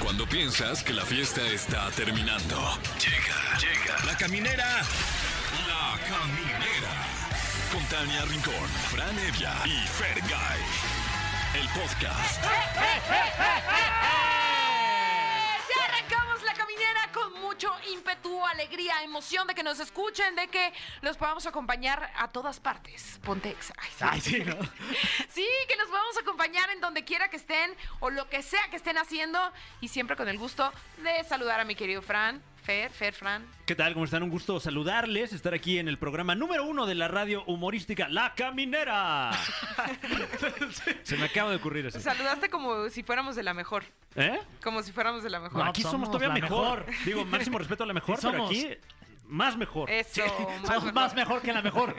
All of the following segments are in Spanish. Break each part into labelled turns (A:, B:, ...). A: Cuando piensas que la fiesta está terminando. Llega, llega. La caminera. La caminera. Con Tania Rincón, Fran Evia y Fer El podcast.
B: Ya arrancamos la caminera con mucho ímpetu, alegría, emoción de que nos escuchen, de que los podamos acompañar a todas partes. Ponte ex- ay, sí.
C: Ay, sí, ¿no?
B: Sí, que los podamos acompañar en donde quiera que estén o lo que sea que estén haciendo y siempre con el gusto de saludar a mi querido Fran, Fer, Fer, Fran.
C: ¿Qué tal? ¿Cómo están? Un gusto saludarles, estar aquí en el programa número uno de la radio humorística La Caminera. Se me acaba de ocurrir eso.
B: Saludaste como si fuéramos de la mejor,
C: ¿Eh?
B: como si fuéramos de la
C: No,
B: mejor.
C: aquí somos,
D: somos
C: todavía
D: la
C: mejor.
D: mejor.
C: Digo, máximo respeto a la mejor,
D: Sí,
C: pero
D: somos.
C: aquí más mejor.
B: Eso, más
D: Somos
B: mejor.
D: más mejor que la mejor.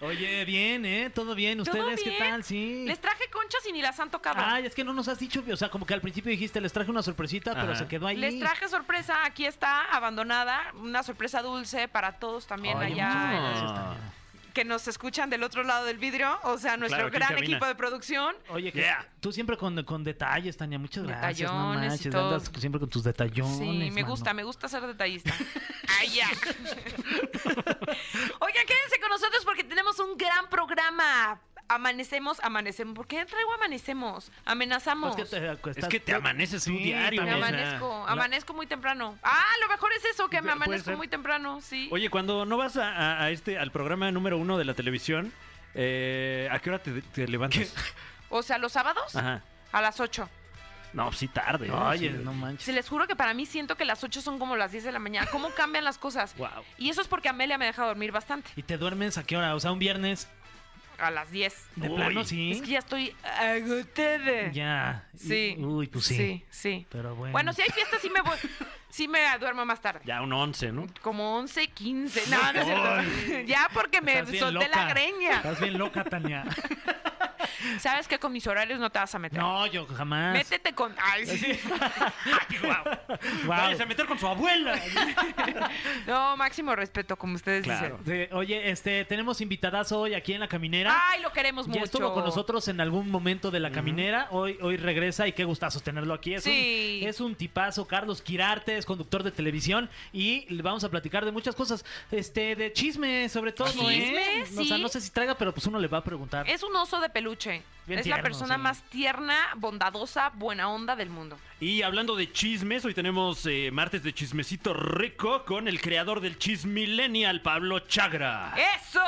D: Oye, bien, ¿eh? ¿Todo bien?
B: ¿Todo
D: ¿Ustedes qué
B: bien?
D: tal? Sí.
B: Les traje conchas y ni las han tocado.
D: Ay, es que no nos has dicho, o sea, como que al principio dijiste, les traje una sorpresita, pero
C: Ajá.
D: se quedó ahí.
B: Les traje sorpresa, aquí está, abandonada, una sorpresa dulce para todos también
D: Oye,
B: allá,
D: muchas
B: en-
D: gracias, Tania.
B: que nos escuchan del otro lado del vidrio, o sea, nuestro
C: Claro, aquí en
B: gran
C: cabina.
B: equipo de producción.
D: Oye, que
C: Yeah.
D: tú siempre con, con detalles, Tania, muchas gracias. No
B: Detallones y
D: manches,
B: todo.
D: andas siempre con tus detallones.
B: Sí, me
D: mano.
B: gusta, me gusta ser detallista. Ay, ya. Oigan, quédense con nosotros porque tenemos un gran programa. Amanecemos, amanecemos. ¿Por qué traigo amanecemos? Amenazamos.
D: Pues que te acuestas-
C: Es que te amaneces un diario,
B: Me
C: o sea,
B: amanezco,
C: la-
B: amanezco muy temprano. Ah, lo mejor es eso, que me
C: Puede
B: amanezco
C: ser.
B: muy temprano, sí.
C: Oye, cuando no vas a, a- a este, al programa número uno de la televisión, eh, ¿a qué hora te, te levantas?
B: O sea, los sábados
C: Ajá.
B: a las 8.
C: No, sí tarde. ¿no?
D: Oye,
C: Sí.
D: no manches.
B: Se les juro que para mí siento que las 8 son como las 10 de la mañana. ¿Cómo cambian las cosas?
C: Wow.
B: Y eso es porque Amelia me deja dormir bastante.
D: ¿Y te duermes a qué hora? O sea, un viernes.
B: A las 10.
D: De
C: Uy.
D: plano, sí.
B: Es que ya estoy agotada.
D: Ya.
B: Sí.
D: Uy, pues sí.
B: Sí, sí.
D: Pero bueno.
B: Bueno, si hay fiesta, sí me voy. Sí me duermo más tarde.
C: Ya un once, ¿no?
B: Como 11, 15. No, no es cierto. ya porque me
D: Estás bien
B: solté la
D: loca.
B: greña.
D: Estás bien loca, Tania.
B: Sabes que con mis horarios no te vas a meter.
D: No, yo jamás.
B: Métete con. Ay, sí.
D: Guau.
C: Váyase a meter con su abuela.
B: No, máximo respeto, como ustedes
C: Claro.
B: dicen.
D: Sí, Oye, este, tenemos invitadazo hoy aquí en La Caminera.
B: Ay, lo queremos
D: ya
B: Ah, mucho.
D: estuvo con nosotros en algún momento de La Caminera. Hoy hoy regresa y qué gustazo tenerlo aquí. Es,
B: Sí.
D: un, es un tipazo. Carlos Quirarte es conductor de televisión y le vamos a platicar de muchas cosas. Este, de chisme, sobre todo.
B: ¿Chisme?
D: ¿eh? O sea,
B: Ah, Sí.
D: no sé si traiga, pero pues uno le va a preguntar.
B: Es un oso de peluche.
D: Bien
B: es la
D: tierno,
B: persona
D: sí.
B: más tierna, bondadosa, buena onda del mundo.
C: Y hablando de chismes, hoy tenemos eh, martes de chismecito rico con el creador del Millennial, Pablo Chagra.
B: Eh, ¡Eso!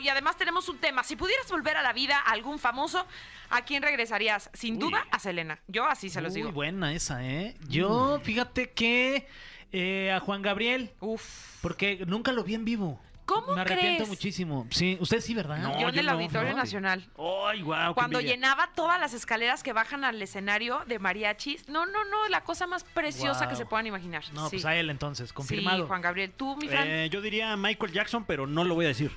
B: Y además tenemos un tema. Si pudieras volver a la vida a algún famoso, ¿a quién regresarías? Sin
C: Uy.
B: duda, a Selena. Yo así se los
D: Muy
B: digo.
D: buena esa, ¿eh?
C: Mm.
D: Yo, fíjate que eh, a Juan Gabriel,
B: Uf.
D: porque nunca lo vi en vivo.
B: ¿Cómo
D: Me arrepiento
B: crees?
D: muchísimo. Sí, usted sí, ¿verdad?
C: No,
B: yo en
C: yo
B: el
C: no,
B: Auditorio
C: no.
B: Nacional.
C: ¡Ay, wow!
B: Cuando llenaba todas las escaleras que bajan al escenario de mariachis. No, no, no, la cosa más preciosa
D: Guau.
B: que se puedan imaginar.
D: No,
B: Sí.
D: pues a él entonces, confirmado. Eh,
B: Sí, Juan Gabriel. Tú, mi Fran.
C: Eh, yo diría Michael Jackson, pero no lo voy a decir.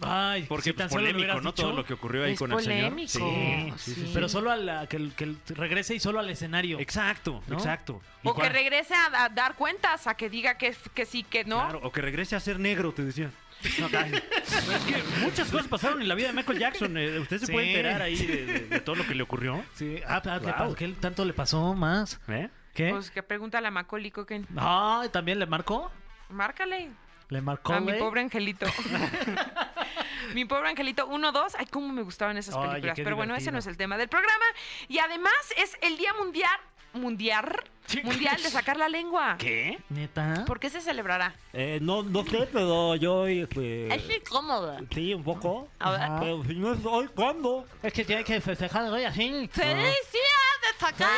D: Ay,
C: Porque
D: si tan
C: es
D: solo lo
C: polémico,
D: hubieras
C: ¿no?
D: dicho.
C: Todo lo que ocurrió ahí
B: Es
C: con el
B: polémico.
C: señor.
D: Sí,
B: Sí, sí, sí.
D: Pero solo a la, que, que regrese y solo al escenario.
C: Exacto,
D: ¿No?
C: exacto.
B: O que
C: Igual.
B: regrese a, a dar cuentas, a que diga que, que sí, que no.
C: Claro, o que regrese a ser negro, te decía. es que muchas cosas pasaron en la vida de Michael Jackson. eh, Usted se
D: Sí.
C: puede enterar ahí de, de- de todo lo que le ocurrió.
D: Sí. Ah, ah, ¿qué
C: Wow.
D: pasó? ¿Qué tanto le pasó más?
C: ¿Eh?
D: ¿Qué?
B: Pues que pregúntale a Macaulay Culkin.
D: Ay, ¿también le marcó?
B: Márcale.
D: ¿Le marcó?
B: A mi
D: güey?
B: pobre angelito. mi pobre angelito. Uno, dos. Ay, cómo me gustaban esas
D: Oye,
B: películas.
D: qué
B: Pero bueno, ese
D: divertido.
B: no es el tema del programa. Y además es el Día Mundial. Mundial.
D: Sí.
B: Mundial de sacar la lengua.
C: ¿Qué?
D: ¿Neta?
B: ¿Por qué se celebrará?
C: Eh, no, no sé, pero yo... eh, pues,
B: Es incómodo.
C: Sí, un poco.
B: A ver.
D: Ajá.
C: si no es hoy, ¿cuándo?
D: Es que tiene que festejar hoy así.
B: ¡Feliz día de sacar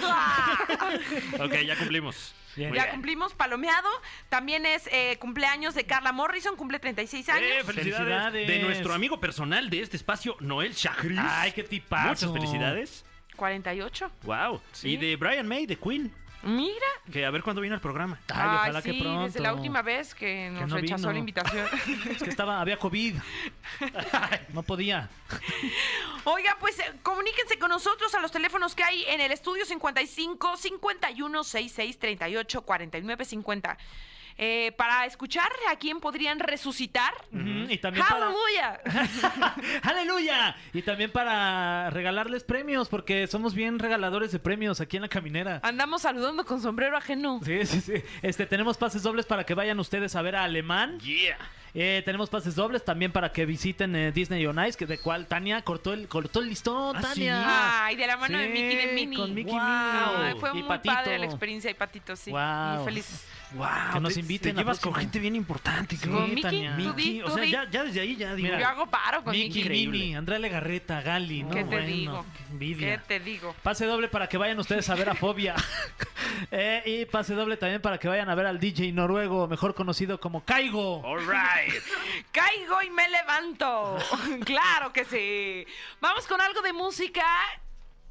B: la lengua!
C: Ok, ya cumplimos.
D: Bien.
C: Muy
B: ya
C: bien.
B: cumplimos palomeado. También es eh, cumpleaños de Carla Morrison. Cumple 36 años.
C: Eh, felicidades,
D: Felicidades.
C: de nuestro amigo personal de este espacio, Noel Shahriz.
D: Ay, qué tipazo.
C: Muchas felicidades.
B: 48.
C: Wow.
B: Sí.
C: Y de Brian May, de Queen,
B: Mira.
C: que a ver cuándo viene al programa.
D: Ay, ojalá
B: Ay, sí,
D: que pronto.
B: desde la última vez que nos
D: no
B: rechazó
D: vino.
B: la invitación.
D: Ah. Es que estaba, había COVID. No podía.
B: Oigan, pues eh, comuníquense con nosotros a los teléfonos que hay en el estudio 55 51 66 38 49 50. eh, para escuchar a quién podrían resucitar.
D: Ujú, Y también para...
B: ¡Aleluya!
D: ¡Aleluya! Y también para regalarles premios, porque somos bien regaladores de premios aquí en la caminera.
B: Andamos saludando con sombrero ajeno.
D: Sí, sí, sí. Este, tenemos pases dobles para que vayan ustedes a ver a Alemán. Eh, tenemos pases dobles también para que visiten eh, Disney on Ice, que de cual Tania cortó el, cortó el listón,
C: Ah, sí.
D: Tania.
B: Ay, de la mano de
D: Sí,
B: Mickey de Mini.
D: con Mickey
B: Wow.
D: Minnie.
B: Ay, fue
D: Y
B: muy
D: Patito.
B: padre la experiencia y Patito, sí.
D: Wow.
B: Muy felices.
C: Wow,
D: Que nos
C: te-
D: inviten
C: Te
D: la
C: llevas con
D: próxima.
C: gente bien importante.
D: Sí,
C: cabrón.
B: con Mickey, tú
D: Tania.
B: di,
C: Mickey,
B: tú
C: o sea,
B: di.
C: ya, ya desde ahí ya digo.
D: Mira.
B: Yo hago paro con
D: Mickey,
B: Mickey.
C: Increíble.
D: Mini, Andrea Legarreta, Gali. ¿no?
B: Pues ¿Qué te
D: Bueno,
B: digo?
D: qué envidia.
B: ¿Qué te digo?
D: Pase doble para que vayan ustedes a ver a Fobia. Eh, y pase doble también para que vayan a ver al DJ noruego, mejor conocido como Caigo.
C: All right.
B: Caigo y me levanto. claro que sí. Vamos con algo de música.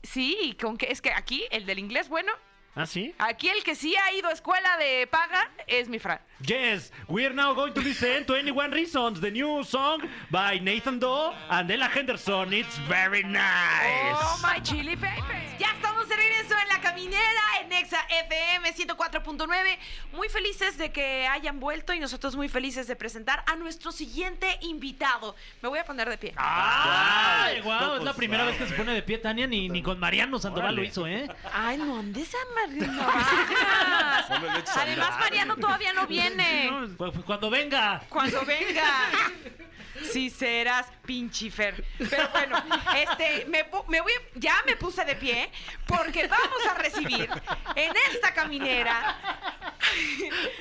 B: Sí, con que es que aquí el del inglés bueno,
C: ¿Ah, sí?
B: aquí el que sí ha ido a escuela de paga es mi Fran.
C: Yes, we're now going to listen to Anyone Reasons, the new song by Nathan Doe and Ella Henderson. It's very nice.
B: Oh my chili peppers. Ya estamos de regreso en la caminera en Exa FM 104.9. Muy felices de que hayan vuelto y nosotros muy felices de presentar a nuestro siguiente invitado. Me voy a poner de pie.
D: ¡Ay, guau!
C: No,
D: ah, es
C: pues,
D: la primera
C: guau,
D: vez que se
C: eh.
D: pone de pie Tania, ni, ni con Mariano Sandoval
C: Órale.
D: lo hizo, ¿eh?
B: Ay, no andes a Mariano.
E: No le eches a
B: Además,
E: andar.
B: Mariano todavía no viene.
D: No, cu- cu- Cuando venga.
B: Cuando venga. Si serás pinchifer. Pero bueno, este, me, pu- me voy, ya me puse de pie porque vamos a recibir en esta caminera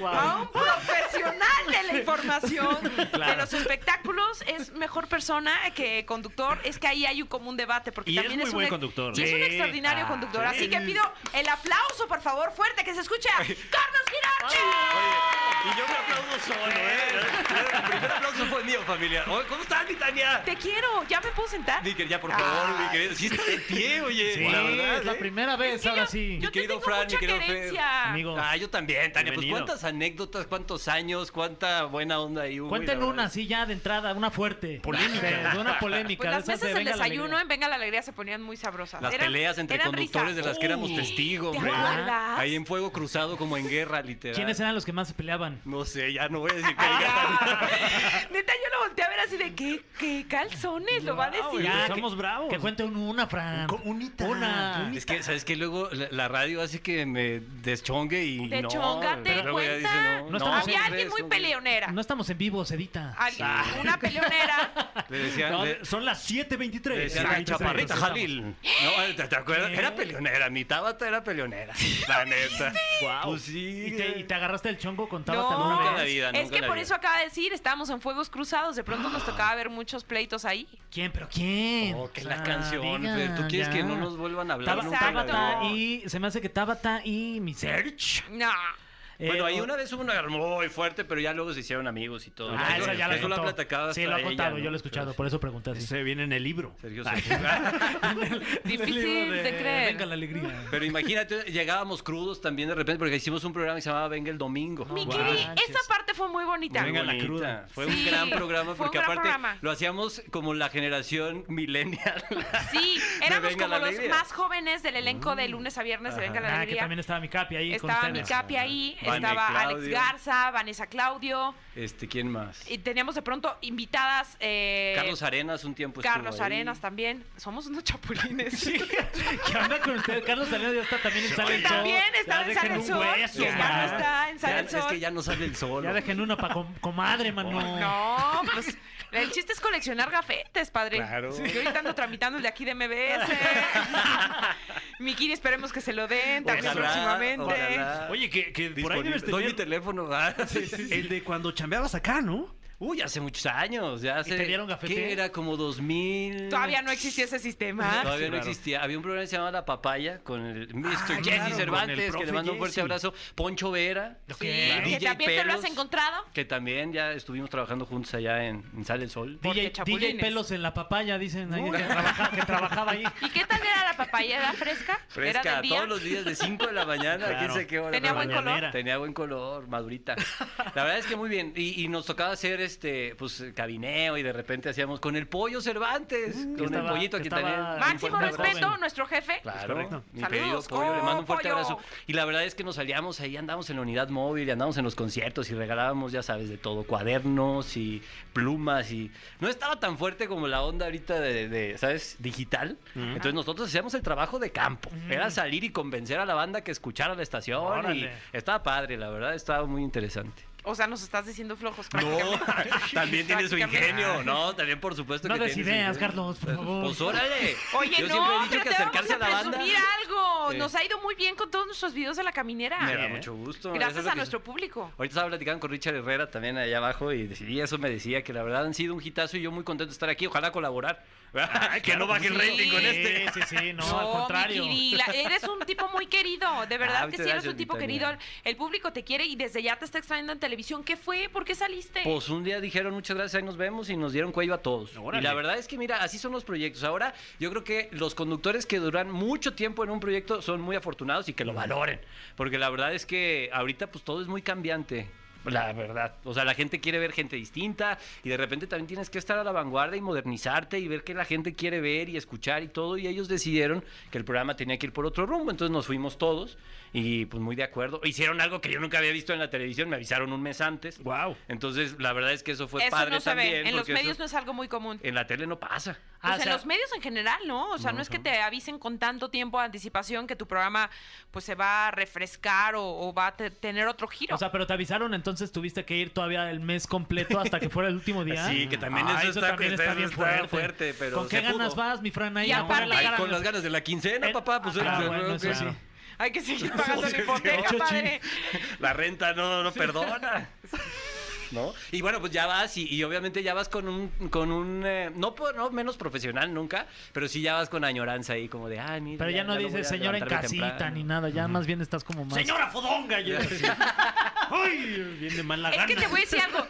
B: a un profesional de la información de los espectáculos. Es mejor persona que conductor. Es que ahí hay un común debate porque
C: Y es
B: también
C: muy
B: un
C: buen
B: ex-
C: conductor.
B: Sí, es un
C: Sí.
B: extraordinario
C: Ah,
B: conductor.
C: sí.
B: Así que pido el aplauso, por favor, fuerte que se escuche. a Carlos Girardi.
E: Oye, y yo me aplaudo solo, ¿eh? El primer aplauso fue mío, familia. Oye, ¿Cómo estás, mi Tania?
B: Te quiero. ¿Ya me puedo sentar?
E: Dicker, ya, por favor, mi querido. Sí está de pie, oye.
D: Sí,
E: la verdad,
D: es la
E: ¿eh?
D: primera vez,
B: Sí,
D: ahora
B: yo-
D: sí.
B: Yo te
E: querido
B: tengo
E: Fran,
B: mucha
E: mi querido Fer.
B: querencia.
D: Amigo.
E: Ah, yo también, Tania. Pues
C: Bienvenido.
E: cuántas anécdotas, cuántos años, cuánta buena onda ahí hubo.
D: Cuenten
E: la verdad.
D: una así ya de entrada, una fuerte.
C: Polémica.
D: De, de una polémica.
B: Pues
D: de
B: las
D: esas de
B: mesas del
D: venga la
B: desayuno ¿eh?
D: alegría.
B: en Venga la Alegría se ponían muy sabrosas.
E: Las
B: Eran-
E: peleas entre
B: eran
E: conductores
B: risas.
E: de las que éramos
C: Uh,
E: testigos,
B: ¿Te
E: güey.
B: acuerdas?
E: Ahí en fuego cruzado, como en guerra, literal.
D: ¿Quiénes eran los que más se peleaban?
E: No sé, ya no voy a decir que
B: Neta, yo lo volteé a ver así de qué, qué calzones lo va a decir.
C: Ya,
D: que-
C: somos bravos.
D: Que cuente un- una, Fran.
C: Co- unita,
D: Una.
C: unita.
E: Es que, ¿sabes qué? Luego la, la radio hace que me deschongue y
B: Te
E: no.
B: chonga, te
E: luego ya dice,
B: cuenta.
E: no, pues,
D: No
E: no,
D: estamos
E: ¿cómo
B: Había
D: en
B: alguien
E: crees?
B: muy
E: ¿Cómo crees?
B: peleonera.
D: No estamos en vivo, Edita.
B: Alguien- Una peleonera.
E: Le decían,
C: No,
E: le-
C: son las 7.23.
E: le decían
C: Sí,
E: la
C: sí,
E: chaparrita
C: sí,
E: Jalil. No, ¿te, te acuerdas?
D: ¿Qué?
E: Era peleonera, mi Tabata era peleonera. La neta.
C: Guau.
E: Pues sí.
D: ¿Y te, y te agarraste el chongo con Tabata
B: No,
D: alguna
E: nunca la
D: vez?
E: vi. vida,
B: es
E: nunca
B: que
E: la
B: por
E: vida.
B: eso acaba de decir, estábamos en Fuegos Cruzados, de pronto nos tocaba ver muchos pleitos ahí.
D: ¿Quién? ¿Pero quién?
E: Oh, que la
D: Ah,
E: canción,
D: digan,
E: Fer, ¿tú quieres
D: ya.
E: que no nos vuelvan a hablar
D: Taba-
E: nunca en la
D: Tabata
E: vida?
D: y... Se me hace que Tabata y mi eh, Search.
B: No.
E: Bueno, ahí una vez hubo una guerra muy fuerte, pero ya luego se hicieron amigos y todo.
D: Ah, esa ya la
E: Eso lo
D: contó.
E: ha platicado
D: Sí,
E: hasta
D: lo ha
E: ella,
D: contado,
E: ¿no?
D: yo lo he escuchado, por eso pregunté así.
C: Se viene en el libro.
E: Sergio Sergio.
B: Difícil de creer.
D: Venga la alegría. Ah,
E: Pero imagínate, llegábamos crudos también de repente, porque hicimos un programa que se llamaba Venga el Domingo.
B: Mi
D: Wow.
B: querida,
D: Manches.
B: esa parte fue muy bonita.
E: Muy
C: Venga la
E: bonita.
C: cruda.
E: Fue
B: Sí,
E: un gran programa
B: fue un
E: porque
B: gran
E: aparte
B: programa.
E: lo hacíamos como la generación millennial.
B: Sí,
E: Me
B: éramos
E: venga
B: como
E: la
B: los
E: alegría. Mm.
B: más jóvenes del elenco de lunes a viernes de Venga la
D: Ah, que
B: Alegría.
D: también estaba mi capi ahí
B: Estaba
D: con
B: mi
D: ustedes.
B: capi ahí,
E: Vane
B: estaba Alex
E: Claudio.
B: Garza, Vanessa Claudio,
E: Este, ¿quién más?
B: y teníamos de pronto invitadas. eh,
E: Carlos Arenas un tiempo estuvo
B: Carlos
E: ahí.
B: Arenas también. Somos unos chapulines.
D: ¿Qué onda con usted? Carlos Salinas ya está también en Sale el Sol.
B: también está
D: Ya
B: en
D: dejen
B: Sale el
D: un
B: Sol,
D: hueso,
B: que ya no
D: man.
B: está en Sale
E: Ya-
B: el Sol.
E: Es que ya no sale el sol.
D: Ya dejen una para comadre, mano.
B: No, pues el chiste es coleccionar gafetes, padre.
E: Claro.
B: Sí, Yo ahorita ando tramitando el de aquí de MBS. Mi Kiri, esperemos que se lo den también
E: Ojalá,
B: próximamente.
E: ojalá.
C: Oye, que, que por ahí
E: Disponible.
C: debes
E: Doy mi
C: tener
E: teléfono. ah, sí, sí, sí.
C: el de cuando chambeabas acá, ¿no?
E: Uy, hace muchos años. Ya hace,
D: te dieron gafete?
E: ¿Qué era? Como 2000.
B: Todavía no existía ese sistema.
E: Todavía
C: Sí,
E: no
C: claro. Ah,
E: existía. Había un programa que se llamaba La Papaya con el Mr. Jesse
C: claro, con el
E: Cervantes,
C: profe
E: que le mando un fuerte
C: Jesse.
E: abrazo. Poncho Vera,
B: Sí,
E: Claro.
B: que
E: DJ
B: también te lo has
E: Pelos.
B: encontrado.
E: que también ya estuvimos trabajando juntos allá en, en Sale el Sol.
B: Porque
D: DJ, DJ
B: chapulines.
D: Pelos en la papaya, dicen ahí, que, trabaja- que trabajaba ahí.
B: ¿Y qué tal era la papaya? ¿Era fresca? ¿Era
E: Fresca,
B: del día?
E: todos los días de 5 de la mañana,
C: Claro.
E: quién sabe qué hora.
B: ¿Tenía
E: pero
B: buen color?
C: Mañanera.
E: Tenía buen color, madurita. La verdad es que muy bien. Y, y nos tocaba hacer este, pues cabineo y de repente hacíamos con el pollo Cervantes, con
D: estaba-
E: el pollito
D: Mm, que
E: aquí
D: estaba
E: también.
B: Máximo
D: importante,
B: respeto,
D: joven.
B: nuestro jefe.
E: Claro,
C: correcto.
E: mi
B: Saludos,
E: querido pollo, le mando un fuerte
B: Pollo.
E: abrazo. Y la verdad es que nos salíamos ahí, andábamos en la unidad móvil, y andábamos en los conciertos y regalábamos, ya sabes, de todo, cuadernos y plumas y no estaba tan fuerte como la onda ahorita de, de, ¿sabes? Digital. Entonces nosotros hacíamos el trabajo de campo. Era salir y convencer a la banda que escuchara la estación
D: Órale.
E: y estaba padre, la verdad, estaba muy interesante.
B: O sea, nos estás diciendo flojos
E: No,
B: prácticamente.
E: también tiene su
B: Prácticamente.
E: ingenio, no, también por supuesto
D: No
E: que
D: des
E: tiene su
D: ideas,
E: ingenio.
D: Carlos, por favor.
E: Pues órale.
B: Oye,
E: Yo
B: no,
E: siempre he dicho
B: pero
E: que
B: te
E: acercarse a
B: vamos
E: la
B: a
E: banda.
B: presumir algo.
E: Sí.
B: Nos ha ido muy bien con todos nuestros videos de la caminera.
E: Me da
C: Sí, ¿eh?
E: mucho gusto.
B: Ah,
E: eso es
B: Gracias
E: lo
B: a
E: que-
B: nuestro público.
E: Ahorita estaba platicando con Richard Herrera también allá abajo y decidí eso me decía que la verdad han sido un hitazo y yo muy contento de estar aquí. Ojalá colaborar. que no baje el
B: sí.
E: rating con este.
D: Sí, sí, sí, no, al
B: mi
D: contrario.
B: Kirila, eres un tipo muy querido, de verdad
E: Ah,
B: que
E: muchas
B: sí eres
E: gracias,
B: un tipo
E: Vitania.
B: querido. El, el público te quiere y desde ya te está extrañando en televisión. ¿Qué fue? ¿Por qué saliste?
E: Pues un día dijeron muchas gracias, ahí nos vemos y nos dieron cuello a todos.
C: Órale.
E: Y la verdad es que mira, así son los proyectos. Ahora yo creo que los conductores que duran mucho tiempo en un proyecto son muy afortunados y que lo valoren. Porque la verdad es que ahorita pues todo es muy cambiante. La verdad. O sea, la gente quiere ver gente distinta y de repente también tienes que estar a la vanguardia y modernizarte y ver qué la gente quiere ver y escuchar y todo. Y ellos decidieron que el programa tenía que ir por otro rumbo. Entonces nos fuimos todos y pues muy de acuerdo. Hicieron algo que yo nunca había visto en la televisión. Me avisaron un mes antes.
C: Wow.
E: Entonces, la verdad es que eso fue
B: eso
E: padre
B: no se
E: pues, también.
B: ve. En los
E: porque eso- Eh,
B: medios no es algo muy común.
E: En la tele no pasa.
D: Ah,
B: Pues
D: o sea,
B: en los medios en general, ¿no? O sea, no, es que te avisen con tanto tiempo de anticipación que tu programa pues se va a refrescar o, o va a te- tener otro giro.
D: O sea, pero te avisaron, entonces tuviste que ir todavía el mes completo hasta que fuera el último día. Ah,
E: Sí, que también eso está- está- está fuerte, pero
D: ¿Con qué
E: se pudo.
D: ganas vas, mi Fran? Ahí
B: Y
D: a poner
B: aparte-
D: la cara
E: Ay, con
D: en-
E: las ganas de la quincena,
D: Eh,
E: papá, pues
D: ah,
E: eh,
D: bueno,
E: creo que
D: eso
E: sí.
D: sí.
B: Hay que seguir pagando la hipoteca,
D: Ocho,
B: padre.
E: La renta no, no perdona. ¿No? Y bueno, pues ya vas y, y obviamente ya vas con un, con un eh, no, por- no menos profesional nunca, pero sí ya vas con añoranza ahí como de, ah, mira.
D: Pero ya no
E: lo voy
D: dices
E: a
D: señora en
E: levantarme
D: casita
E: temprano".
D: ni nada, ya más bien estás como más.
C: Señora Fodonga. ya. Ay, bien de mala
B: Es
C: gana.
B: que te voy a decir algo.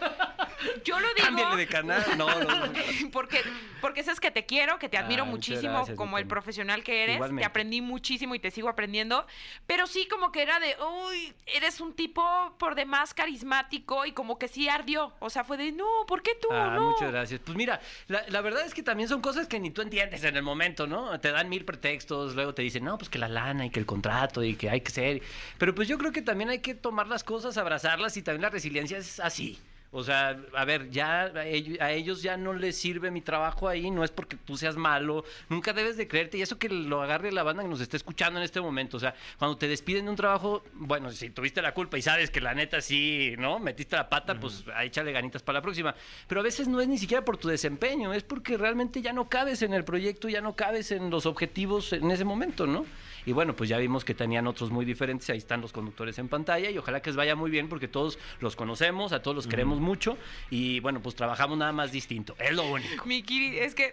B: Yo lo digo.
E: Cámbiale de canal. No, no, no.
B: porque, porque sabes que te quiero, que te admiro
E: Ah, muchas
B: muchísimo
E: gracias,
B: como el
E: Natalia.
B: profesional que eres.
E: Igualmente.
B: Te aprendí muchísimo y te sigo aprendiendo. Pero sí, como que era de, uy, eres un tipo por demás carismático y como que sí ardió. O sea, fue de, no, ¿por qué tú?
E: Ah,
B: no.
E: muchas gracias. Pues mira, la, la verdad es que también son cosas que ni tú entiendes en el momento, ¿no? Te dan mil pretextos, luego te dicen, no, pues que la lana y que el contrato y que hay que ser. Pero pues yo creo que también hay que tomar las cosas, abrazarlas y también la resiliencia es así. O sea, a ver, ya a ello- a ellos ya no les sirve mi trabajo ahí, no es porque tú seas malo, nunca debes de creerte y eso que lo agarre la banda que nos está escuchando en este momento, o sea, cuando te despiden de un trabajo, bueno, si tuviste la culpa y sabes que la neta sí, ¿no? Metiste la pata, pues ahí échale ganitas para la próxima. Pero a veces no es ni siquiera por tu desempeño, es porque realmente ya no cabes en el proyecto, ya no cabes en los objetivos en ese momento, ¿no? Y bueno, pues ya vimos que tenían otros muy diferentes, ahí están los conductores en pantalla y ojalá que les vaya muy bien porque todos los conocemos, a todos los queremos mucho y bueno, pues trabajamos nada más distinto, es lo único.
B: Mi Kiri, es que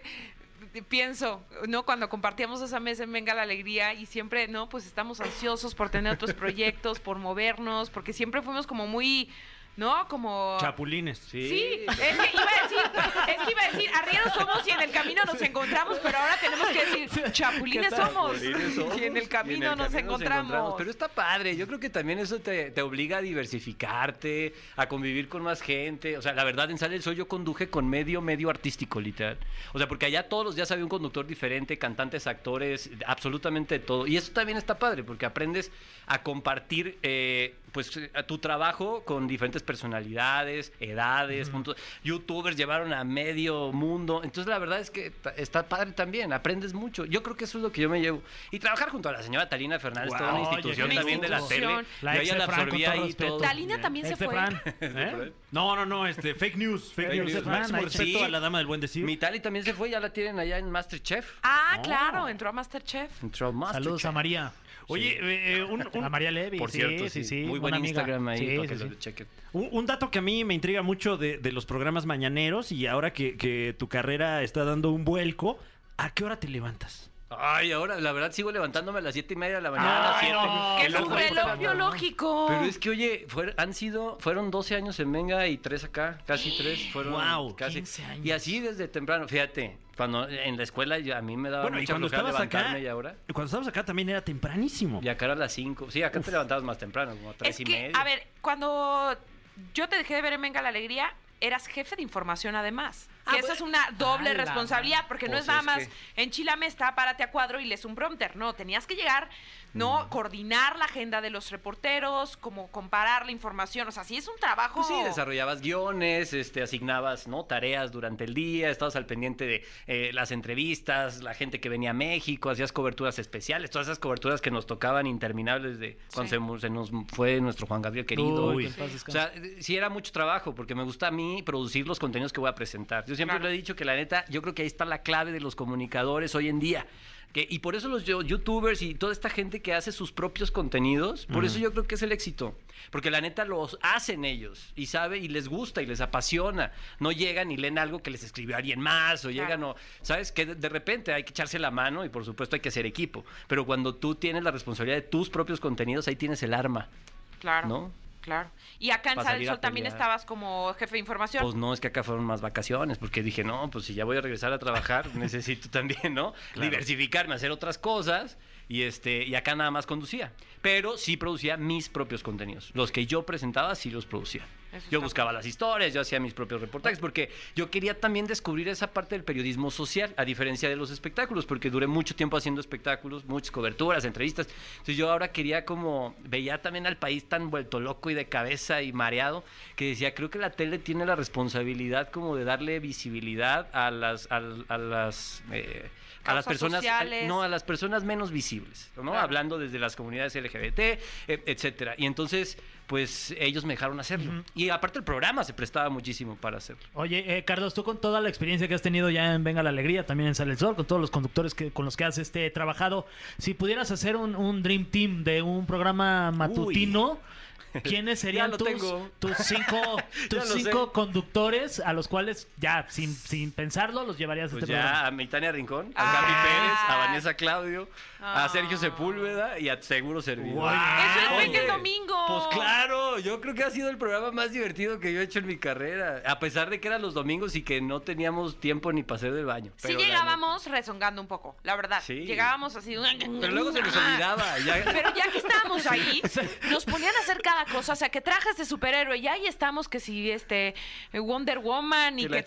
B: pienso, ¿no? Cuando compartíamos esa mesa en Venga la Alegría y siempre, ¿no? Pues estamos ansiosos por tener otros proyectos, por movernos, porque siempre fuimos como muy, ¿no? Como...
C: Chapulines.
B: Sí, es que iba a decir, es que iba a decir, arrieros somos y en el camino nos encontramos, pero ahora tenemos que decir, chapulines somos. Y en el camino, nos, encontramos.
E: Pero está padre, yo creo que también eso te, te obliga a diversificarte, a convivir con más gente. O sea, la verdad, en Sale el Sol yo conduje con medio, medio artístico, literal. O sea, porque allá todos los días había un conductor diferente, cantantes, actores, absolutamente de todo. Y eso también está padre, porque aprendes a compartir eh, pues eh, a tu trabajo con diferentes personalidades, edades, puntos. Youtubers llevaron a medio mundo. Entonces, la verdad es que ta- está padre también, aprendes mucho. Yo creo que eso es lo que yo me llevo. Y trabajar junto a la señora Talina Fernández,
D: Guau,
E: toda una
D: oye,
E: institución
D: qué
E: también de la
B: institución.
E: tele.
D: La
E: yo
D: ex
E: ella
D: de
E: la
D: Fran, con
E: absorbía
D: todo
E: ahí
D: respeto.
E: todo.
B: Talina también se
D: Este
B: fue.
D: Fran,
C: ¿Eh? No, no, no, este, fake news. Fake,
E: Fake
C: news.
E: news.
C: Máximo
D: Ahí
C: respeto
E: sí.
C: a la dama del buen decir.
E: Mi Tali también se fue, ya la tienen allá en Masterchef.
B: Ah,
C: Oh.
B: claro, entró a Masterchef.
E: Entró
D: Saludos
E: a Masterchef.
D: a María.
C: Oye, eh, eh, un, un-
D: A María Levy.
E: Por cierto,
D: sí, sí, sí.
E: Muy
D: buena
E: buen
D: amiga.
E: Instagram ahí
D: Sí,
E: para
D: sí,
E: que
D: sí.
E: lo chequen.
C: un- un dato que a mí me intriga mucho de, de los programas mañaneros y ahora que, que tu carrera está dando un vuelco, ¿a qué hora te levantas?
E: Ay, ahora la verdad sigo levantándome a las siete y media de la mañana. a las
D: Ay,
E: Ah, siete.
D: no,
B: Que
D: el
B: es un
D: ojo ahí
B: reloj
D: está,
B: biológico.
E: Pero es que, oye, fue- han sido, fueron 12 años en Venga y 3 acá, casi 3, fueron
C: Guau,
E: casi.
D: 15 años.
E: Y así desde temprano, fíjate, cuando en la escuela yo- a mí me daba
C: Bueno, y
E: mucha
C: cuando
E: flojera
C: estabas
E: levantarme
C: acá,
E: y ahora.
C: cuando estabas acá también era tempranísimo.
E: Y acá era a las 5. Sí, acá te levantabas más temprano, como a 3
B: Es
E: y
B: que,
E: media.
B: a ver, cuando yo te dejé de ver en Venga la Alegría, eras jefe de información además.
E: Ah,
B: que esa
E: pues-
B: es una doble
E: Ah, la
B: responsabilidad,
E: madre.
B: porque no
E: Pues
B: es nada
E: es
B: más
E: que-
B: enchilame está, párate a cuadro y lees un prompter. No, tenías que llegar, ¿no?
E: Mm.
B: Coordinar la agenda de los reporteros, como comparar la información. O sea, sí es un trabajo.
E: Pues sí, desarrollabas guiones, este, asignabas ¿no? tareas durante el día, estabas al pendiente de eh, las entrevistas, la gente que venía a México, hacías coberturas especiales, todas esas coberturas que nos tocaban interminables de cuando
B: Sí.
E: se mu- se, nos fue nuestro Juan Gabriel querido.
D: Uy,
E: Uy.
D: que en paz
E: O
D: descanse.
E: sea, eh, sí era mucho trabajo, porque me gusta a mí producir los contenidos que voy a presentar. Yo siempre
B: Claro.
E: lo he dicho que la neta, yo creo que ahí está la clave de los comunicadores hoy en día. Que, y por eso los yo- youtubers y toda esta gente que hace sus propios contenidos, por eso yo creo que es el éxito. Porque la neta los hacen ellos y sabe y les gusta y les apasiona. No llegan y leen algo que les escribió alguien más o llegan
B: Claro.
E: o... ¿Sabes? Que de, de repente hay que echarse la mano y por supuesto hay que ser equipo. Pero cuando tú tienes la responsabilidad de tus propios contenidos, ahí tienes el arma.
B: Claro.
E: ¿no?
B: Claro. Y acá en
E: Para
B: Sal del
E: salir a
B: Sol también
E: pelear.
B: estabas como jefe de información.
E: Pues no, es que acá fueron más vacaciones, porque dije, no, pues si ya voy a regresar a trabajar, necesito también, ¿no? Diversificarme, hacer otras cosas. Y, este, y acá nada más conducía. Pero sí producía mis propios contenidos. Los que yo presentaba, sí los producía.
B: Eso
E: Yo
B: está
E: buscaba las historias, yo hacía mis propios reportajes, porque yo quería también descubrir esa parte del periodismo social, a diferencia de los espectáculos, porque duré mucho tiempo haciendo espectáculos, muchas coberturas, entrevistas. Entonces yo ahora quería como, veía también al país tan vuelto loco y de cabeza y mareado, que decía, creo que la tele tiene la responsabilidad como de darle visibilidad a las... A, a las eh, a las
B: Causas
E: personas,
B: sociales.
E: no, a las personas menos visibles, ¿no?
B: Claro.
E: Hablando desde las comunidades LGBT, eh, etcétera. Y entonces, pues ellos me dejaron hacerlo. Y aparte el programa se prestaba muchísimo para hacerlo.
D: Oye, eh, Carlos, tú con toda la experiencia que has tenido ya en Venga la Alegría, también en Sale el Sol, con todos los conductores que, con los que has este, trabajado, si pudieras hacer un, un Dream Team de un programa matutino, ¿quiénes serían
E: lo
D: tus,
E: tengo.
D: tus cinco, tus
E: lo sé.
D: cinco conductores a los cuales ya, sin, sin pensarlo, los llevarías a
E: Pues
D: este
E: ya
D: programa?
E: a Meitania Rincón, a
B: Ah.
E: Gaby Pérez, a Vanessa Claudio,
B: Ah.
E: a Sergio Sepúlveda y a Seguro Servidor.
D: Wow. Eso es
E: Oye,
D: Venga el
B: Domingo.
E: Pues claro, yo creo que ha sido el programa más divertido que yo he hecho en mi carrera. A pesar de que eran los domingos y que no teníamos tiempo ni para hacer del baño.
B: sí
E: Pero la
B: llegábamos rezongando un poco, la verdad.
E: Sí.
B: Llegábamos así. Ah.
E: neta- Pero luego se nos olvidaba. ya-
B: Pero ya que estábamos ahí, nos ponían a hacer cada cosa, o sea, que trajes de superhéroe, y ahí estamos que si este Wonder Woman y
E: Que
B: que,
E: la
B: tú-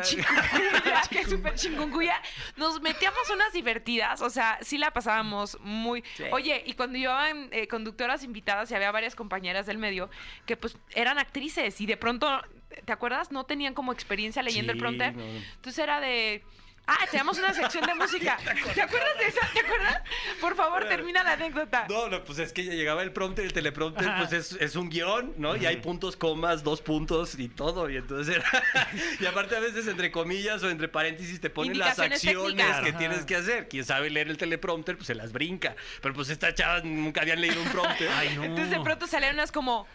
B: que chingongunya, que super chingongunya. nos metíamos unas divertidas, o sea, sí la pasábamos muy. Oye, y cuando llevaban eh, conductoras invitadas y había varias compañeras del medio que pues eran actrices y de pronto, ¿te acuerdas? No tenían como experiencia leyendo el
E: Sí,
B: prompter.
E: no.
B: Entonces era de. Ah, teníamos una sección de música. ¿Te acuerdas de esa? ¿Te acuerdas? Por favor, termina la anécdota.
E: No, no, pues es que ya llegaba el prompter, el teleprompter, pues es, es un guión, ¿no? Y hay puntos, comas, dos puntos y todo. Y entonces era... y aparte a veces entre comillas o entre paréntesis te ponen las
B: Indicaciones
E: acciones
B: técnicas.
E: que
D: Ajá.
E: tienes que hacer. Quien sabe leer el teleprompter, pues se las brinca. Pero pues estas chavas nunca habían leído un prompter.
D: Ay, no.
B: Entonces de pronto salieron unas como.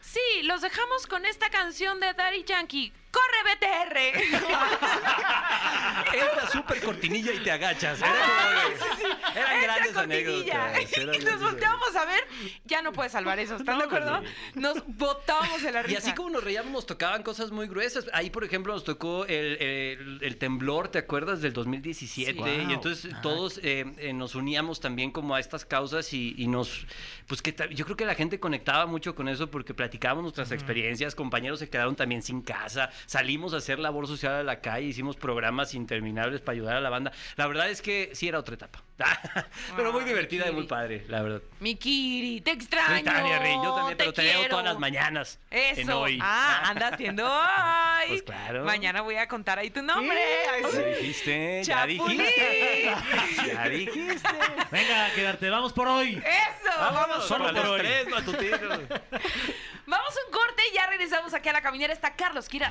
B: Sí, los dejamos con esta canción de Daddy Yankee. ¡Corre, BTR!
E: Entra súper cortinilla y te agachas. Era como de- Eran
B: Entra
E: grandes
B: cortinilla.
E: anécdotas. eran
B: Y nos
E: grandes
B: volteábamos a ver. Ya no puedes salvar eso, ¿están de acuerdo? Nos botábamos de la
E: Y
B: risa.
E: así como nos reíamos, nos tocaban cosas muy gruesas. Ahí, por ejemplo, nos tocó el, el- el temblor, ¿te acuerdas? Del 2017.
B: Sí.
E: Y entonces todos eh, eh, nos uníamos también como a estas causas y, y nos... Pues que ta- yo creo que la gente conectaba mucho con eso porque platicábamos nuestras experiencias, compañeros se quedaron también sin casa, salimos a hacer labor social a la calle, hicimos programas interminables para ayudar a la banda. La verdad es que sí era otra etapa. Pero muy
B: Ay,
E: divertida y muy
B: Kiri.
E: padre, la verdad.
B: Mi Kiri, te extraño.
E: Tania Rin, yo también,
B: te
E: pero te veo
B: quiero.
E: todas las mañanas.
B: Eso.
E: En hoy.
B: Ah, andas viendo hoy.
E: Pues claro.
B: Mañana voy a contar ahí tu nombre. Ay,
E: Ya
B: sí.
E: dijiste, ya
B: Chapulín.
E: dijiste. Ya dijiste.
D: Venga, quedarte, vamos por hoy.
B: Eso. Vamos,
E: solo
D: por
E: por
D: hoy.
E: tres matutinos.
B: vamos a un corte y ya regresamos aquí a la caminera. Está Carlos Kira.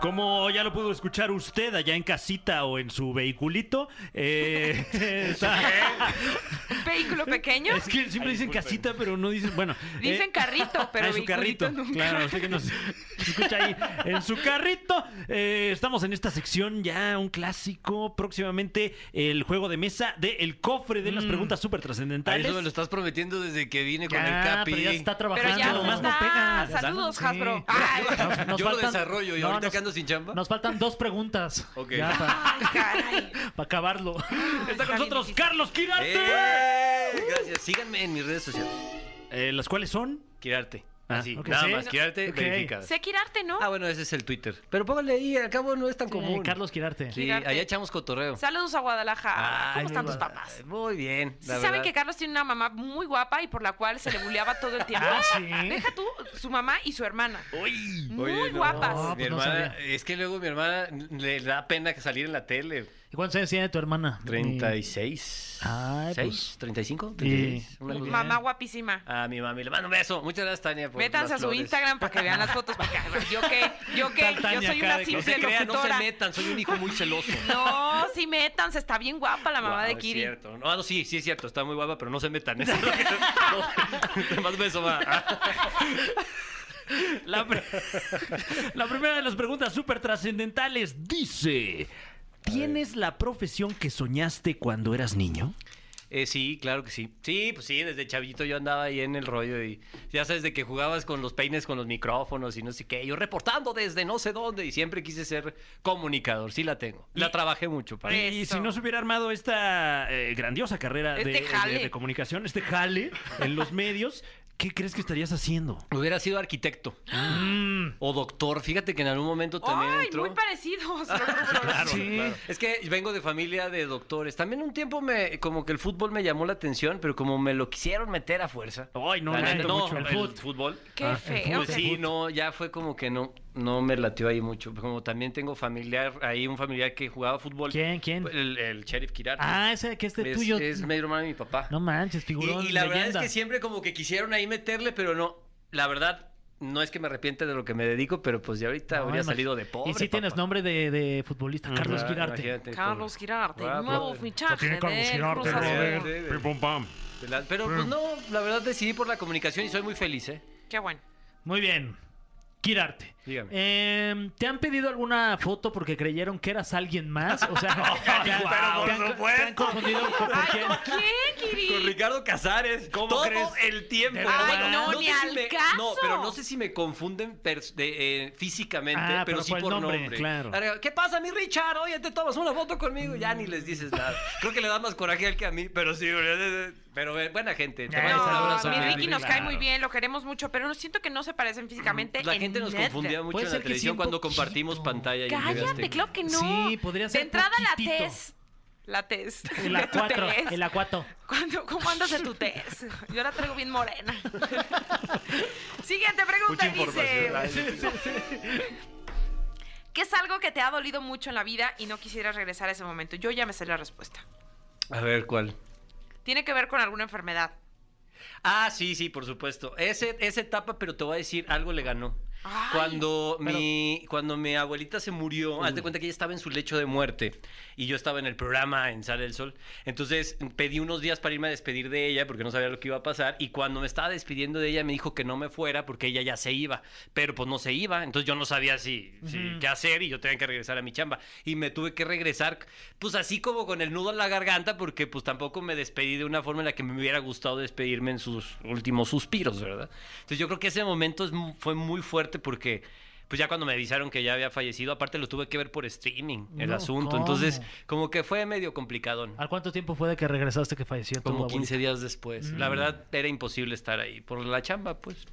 C: Como ya lo pudo escuchar usted allá en casita o en su vehiculito, eh, está-
B: Vehículo pequeño.
C: es que siempre dicen casita, pero no dicen, bueno.
B: Dicen
C: eh,
B: carrito, pero
C: ah, en su
B: vehiculito
C: carrito,
B: nunca.
C: claro, usted que nos escucha ahí en su carrito. Eh, estamos en esta sección ya, un clásico, próximamente el juego de mesa de El Cofre de las
B: Mm.
C: Preguntas Súper
E: Ay,
C: Trascendentales.
E: Eso me lo estás prometiendo desde que vine con el
D: Ya,
E: Capi.
D: pero ya se está trabajando.
B: Pero ya
C: no
B: nomás
C: no
B: está.
C: pega.
B: Saludos,
D: Sí.
B: Hasbro. Ay.
D: Nos- nos
E: Yo lo
D: faltan-
E: desarrollo y
D: No,
E: ahorita
D: nos-
E: que ando sin chamba.
D: Nos faltan dos preguntas.
E: Ok.
D: Ya, para
B: Ay, caray.
D: acabarlo.
C: Está
B: Está bien
C: con nosotros
B: difícil.
C: Carlos Quirarte.
E: ¡Eh! Gracias. Síganme en mis redes sociales.
C: Eh, ¿Las cuales son?
E: Kirarte.
C: Ah,
E: Así,
C: ok.
E: nada
D: Sí,
E: más.
D: no-
E: Kirarte,
D: ok.
E: verificada.
B: Sekirarte, ¿no?
E: Ah, bueno, ese es el Twitter. Pero póngale ahí, al cabo no es tan común.
D: Eh, Carlos Quirarte.
E: Sí,
B: Kirarte.
E: allá echamos cotorreo.
B: Saludos a Guadalajara.
E: Ay,
B: ¿Cómo están
E: muy
B: tus
E: guapa.
B: papás?
E: Muy bien.
B: Sí
E: la
B: saben
E: verdad.
B: que Carlos tiene una mamá muy guapa y por la cual se le buleaba todo el tiempo.
D: Ah, ¿sí?
B: Deja tú, su mamá y su hermana. Muy
E: Oye, no,
B: guapas.
D: No,
E: mi
D: pues no
E: hermana,
D: sabía.
E: es que luego mi hermana le da pena que salir en la tele.
D: ¿Y cuántos años tiene tu hermana? Eh,
E: 36.
D: Ay,
E: ¿Seis?
D: pues.
E: ¿35? 36, una
D: muy
E: cosa.
D: bien.
B: Mamá guapísima.
E: A mi mami le mando un beso. Muchas gracias, Tania. Por
B: Métanse a
E: las
B: su
E: flores.
B: Instagram para que vean las fotos. Porque yo qué, yo qué,
D: Tal Tania
B: yo soy
D: acá de
B: una
D: que
E: No
B: simple
E: se crean, no se
B: locutora.
E: metan. Soy un hijo muy celoso.
B: No, sí, métanse, está bien guapa la mamá
E: Guau,
B: de
E: es
B: Kiri.
E: cierto. No, ah, no, sí, sí es cierto. Está muy guapa, pero no se metan. Eso es lo que- no, te mando un beso, va. Ah.
C: La, pre- la primera de las preguntas súper trascendentales dice: ¿Tienes la profesión que soñaste cuando eras niño?
E: Eh, sí, claro que sí. Sí, pues sí, desde chavito yo andaba ahí en el rollo y ya sabes de que jugabas con los peines, con los micrófonos y no sé qué. Yo reportando desde no sé dónde y siempre quise ser comunicador. Sí la tengo. La trabajé mucho para
C: Y
B: Eso.
C: si no se hubiera armado esta eh, grandiosa carrera
B: Este
C: de,
B: jale.
C: de- de comunicación, este jale en los medios, ¿qué crees que estarías haciendo?
E: Hubiera sido arquitecto
D: Mm,
E: o doctor. Fíjate que en algún momento también
B: Ay,
E: entró.
B: muy parecidos. los rubros.
E: Claro,
D: Sí.
E: claro. Es que vengo de familia de doctores. También un tiempo me, como que el fútbol me llamó la atención, pero como me lo quisieron meter a fuerza.
C: Ay, no,
E: La
C: lo
E: neta,
C: siento
E: no,
C: mucho.
E: el fut- fútbol.
B: Qué
C: Ah, el
B: feo.
D: pues
C: fútbol,
B: qué-
E: Sí, no, ya fue como que no, no me latió ahí mucho. Como también tengo familiar, ahí un familiar que jugaba fútbol.
D: ¿Quién? ¿Quién?
E: El, el sheriff Kirarte.
D: Ah, ese que es de
E: Pues, es,
D: tuyo.
E: es medio hermano de mi papá.
D: No manches,
E: y,
D: figurón.
E: y la
D: leyenda.
E: verdad es que siempre como que quisieron ahí meterle, pero no. La verdad, no es que me arrepiente de lo que me dedico, pero pues ya ahorita
D: No,
E: habría
D: imagi-
E: salido de pobre.
D: Y sí tienes
E: papá.
D: nombre de, de futbolista, Carlos
E: Ah,
D: Quirarte.
E: imagínate,
B: Carlos
E: pobre.
B: Girarte,
E: Guau, pues,
B: nuevo
E: brother.
B: fichaje de Cruz Azul.
E: brother.
C: eh,
E: brother. Pim, De la- Pero pues no, la verdad decidí por la comunicación y soy muy feliz, ¿eh?
B: Qué bueno.
D: Muy bien. Quirarte.
E: Dígame.
D: Eh, ¿Te han pedido alguna foto porque creyeron que eras alguien más? O sea, ya-
E: pero por
D: te han- Te han
E: supuesto.
D: confundido con con
B: Ay,
D: quién.
B: ¿con quién, Kiri?
E: Con Ricardo Casares.
C: ¿Cómo
E: todo
C: crees?
E: el tiempo.
D: De Ay, verdad.
B: no, ni
E: sé
B: al
E: si me-
B: caso.
E: No, pero no sé si me confunden pers- de, eh, físicamente,
D: Ah,
E: pero,
D: pero
E: sí
D: por
E: por
D: el nombre,
E: nombre.
D: claro. Mm.
E: Ahora, ¿Qué pasa, mi Richard? Oye, te tomas una foto conmigo. Ya ni les dices nada. Creo que le da más coraje al que a mí, pero sí. Pero eh, buena gente. Te
D: Ya,
E: mando un
D: esa
B: No,
E: abrazo,
D: razón,
B: mi
E: mi
B: Ricky nos cae
D: claro.
B: muy bien, lo queremos mucho, pero no siento que no se parecen físicamente.
E: La
B: en
E: gente nos
B: nada.
E: confundía mucho
D: Puede
E: en la
D: ser que sí,
E: televisión
D: un
E: cuando
D: poquito.
E: compartimos pantalla. y en TV
B: Cállate,
E: Azteca.
B: claro que no.
D: Sí, podría ser
B: De entrada
D: poquitito.
B: la test. La test.
D: El
B: de tu
D: A4.
B: test.
D: El A4.
B: ¿Cuándo- ¿Cómo andas de tu test? Yo la traigo bien morena. Siguiente pregunta
E: Mucha información.
B: dice,
E: Ay, sí.
B: ¿qué es algo que te ha dolido mucho en la vida y no quisieras regresar a ese momento? Yo ya me sé la respuesta.
E: A ver, ¿cuál?
B: Tiene que ver con alguna enfermedad.
E: Ah, sí, sí, por supuesto. Ese, esa etapa, pero te voy a decir, algo le ganó.
B: Ay,
E: cuando, mi, cuando mi abuelita se murió, haz de cuenta que ella estaba en su lecho de muerte y yo estaba en el programa en Sale el Sol. Entonces pedí unos días para irme a despedir de ella porque no sabía lo que iba a pasar. Y cuando me estaba despidiendo de ella, me dijo que no me fuera porque ella ya se iba. Pero pues no se iba. Entonces yo no sabía si, si qué hacer y yo tenía que regresar a mi chamba. Y me tuve que regresar, pues así como con el nudo en la garganta, porque pues tampoco me despedí de una forma en la que me hubiera gustado despedirme en sus últimos suspiros, ¿verdad? Entonces yo creo que ese momento es mu- fue muy fuerte porque. Pues ya cuando me avisaron que ya había fallecido, aparte lo tuve que ver por streaming, el
D: No,
E: asunto.
D: ¿cómo?
E: Entonces, como que fue medio complicado.
D: ¿Al cuánto tiempo fue de que regresaste que falleció tu
E: Como
D: abuelita?
E: 15 días después. La verdad, era imposible estar ahí por la chamba, pues.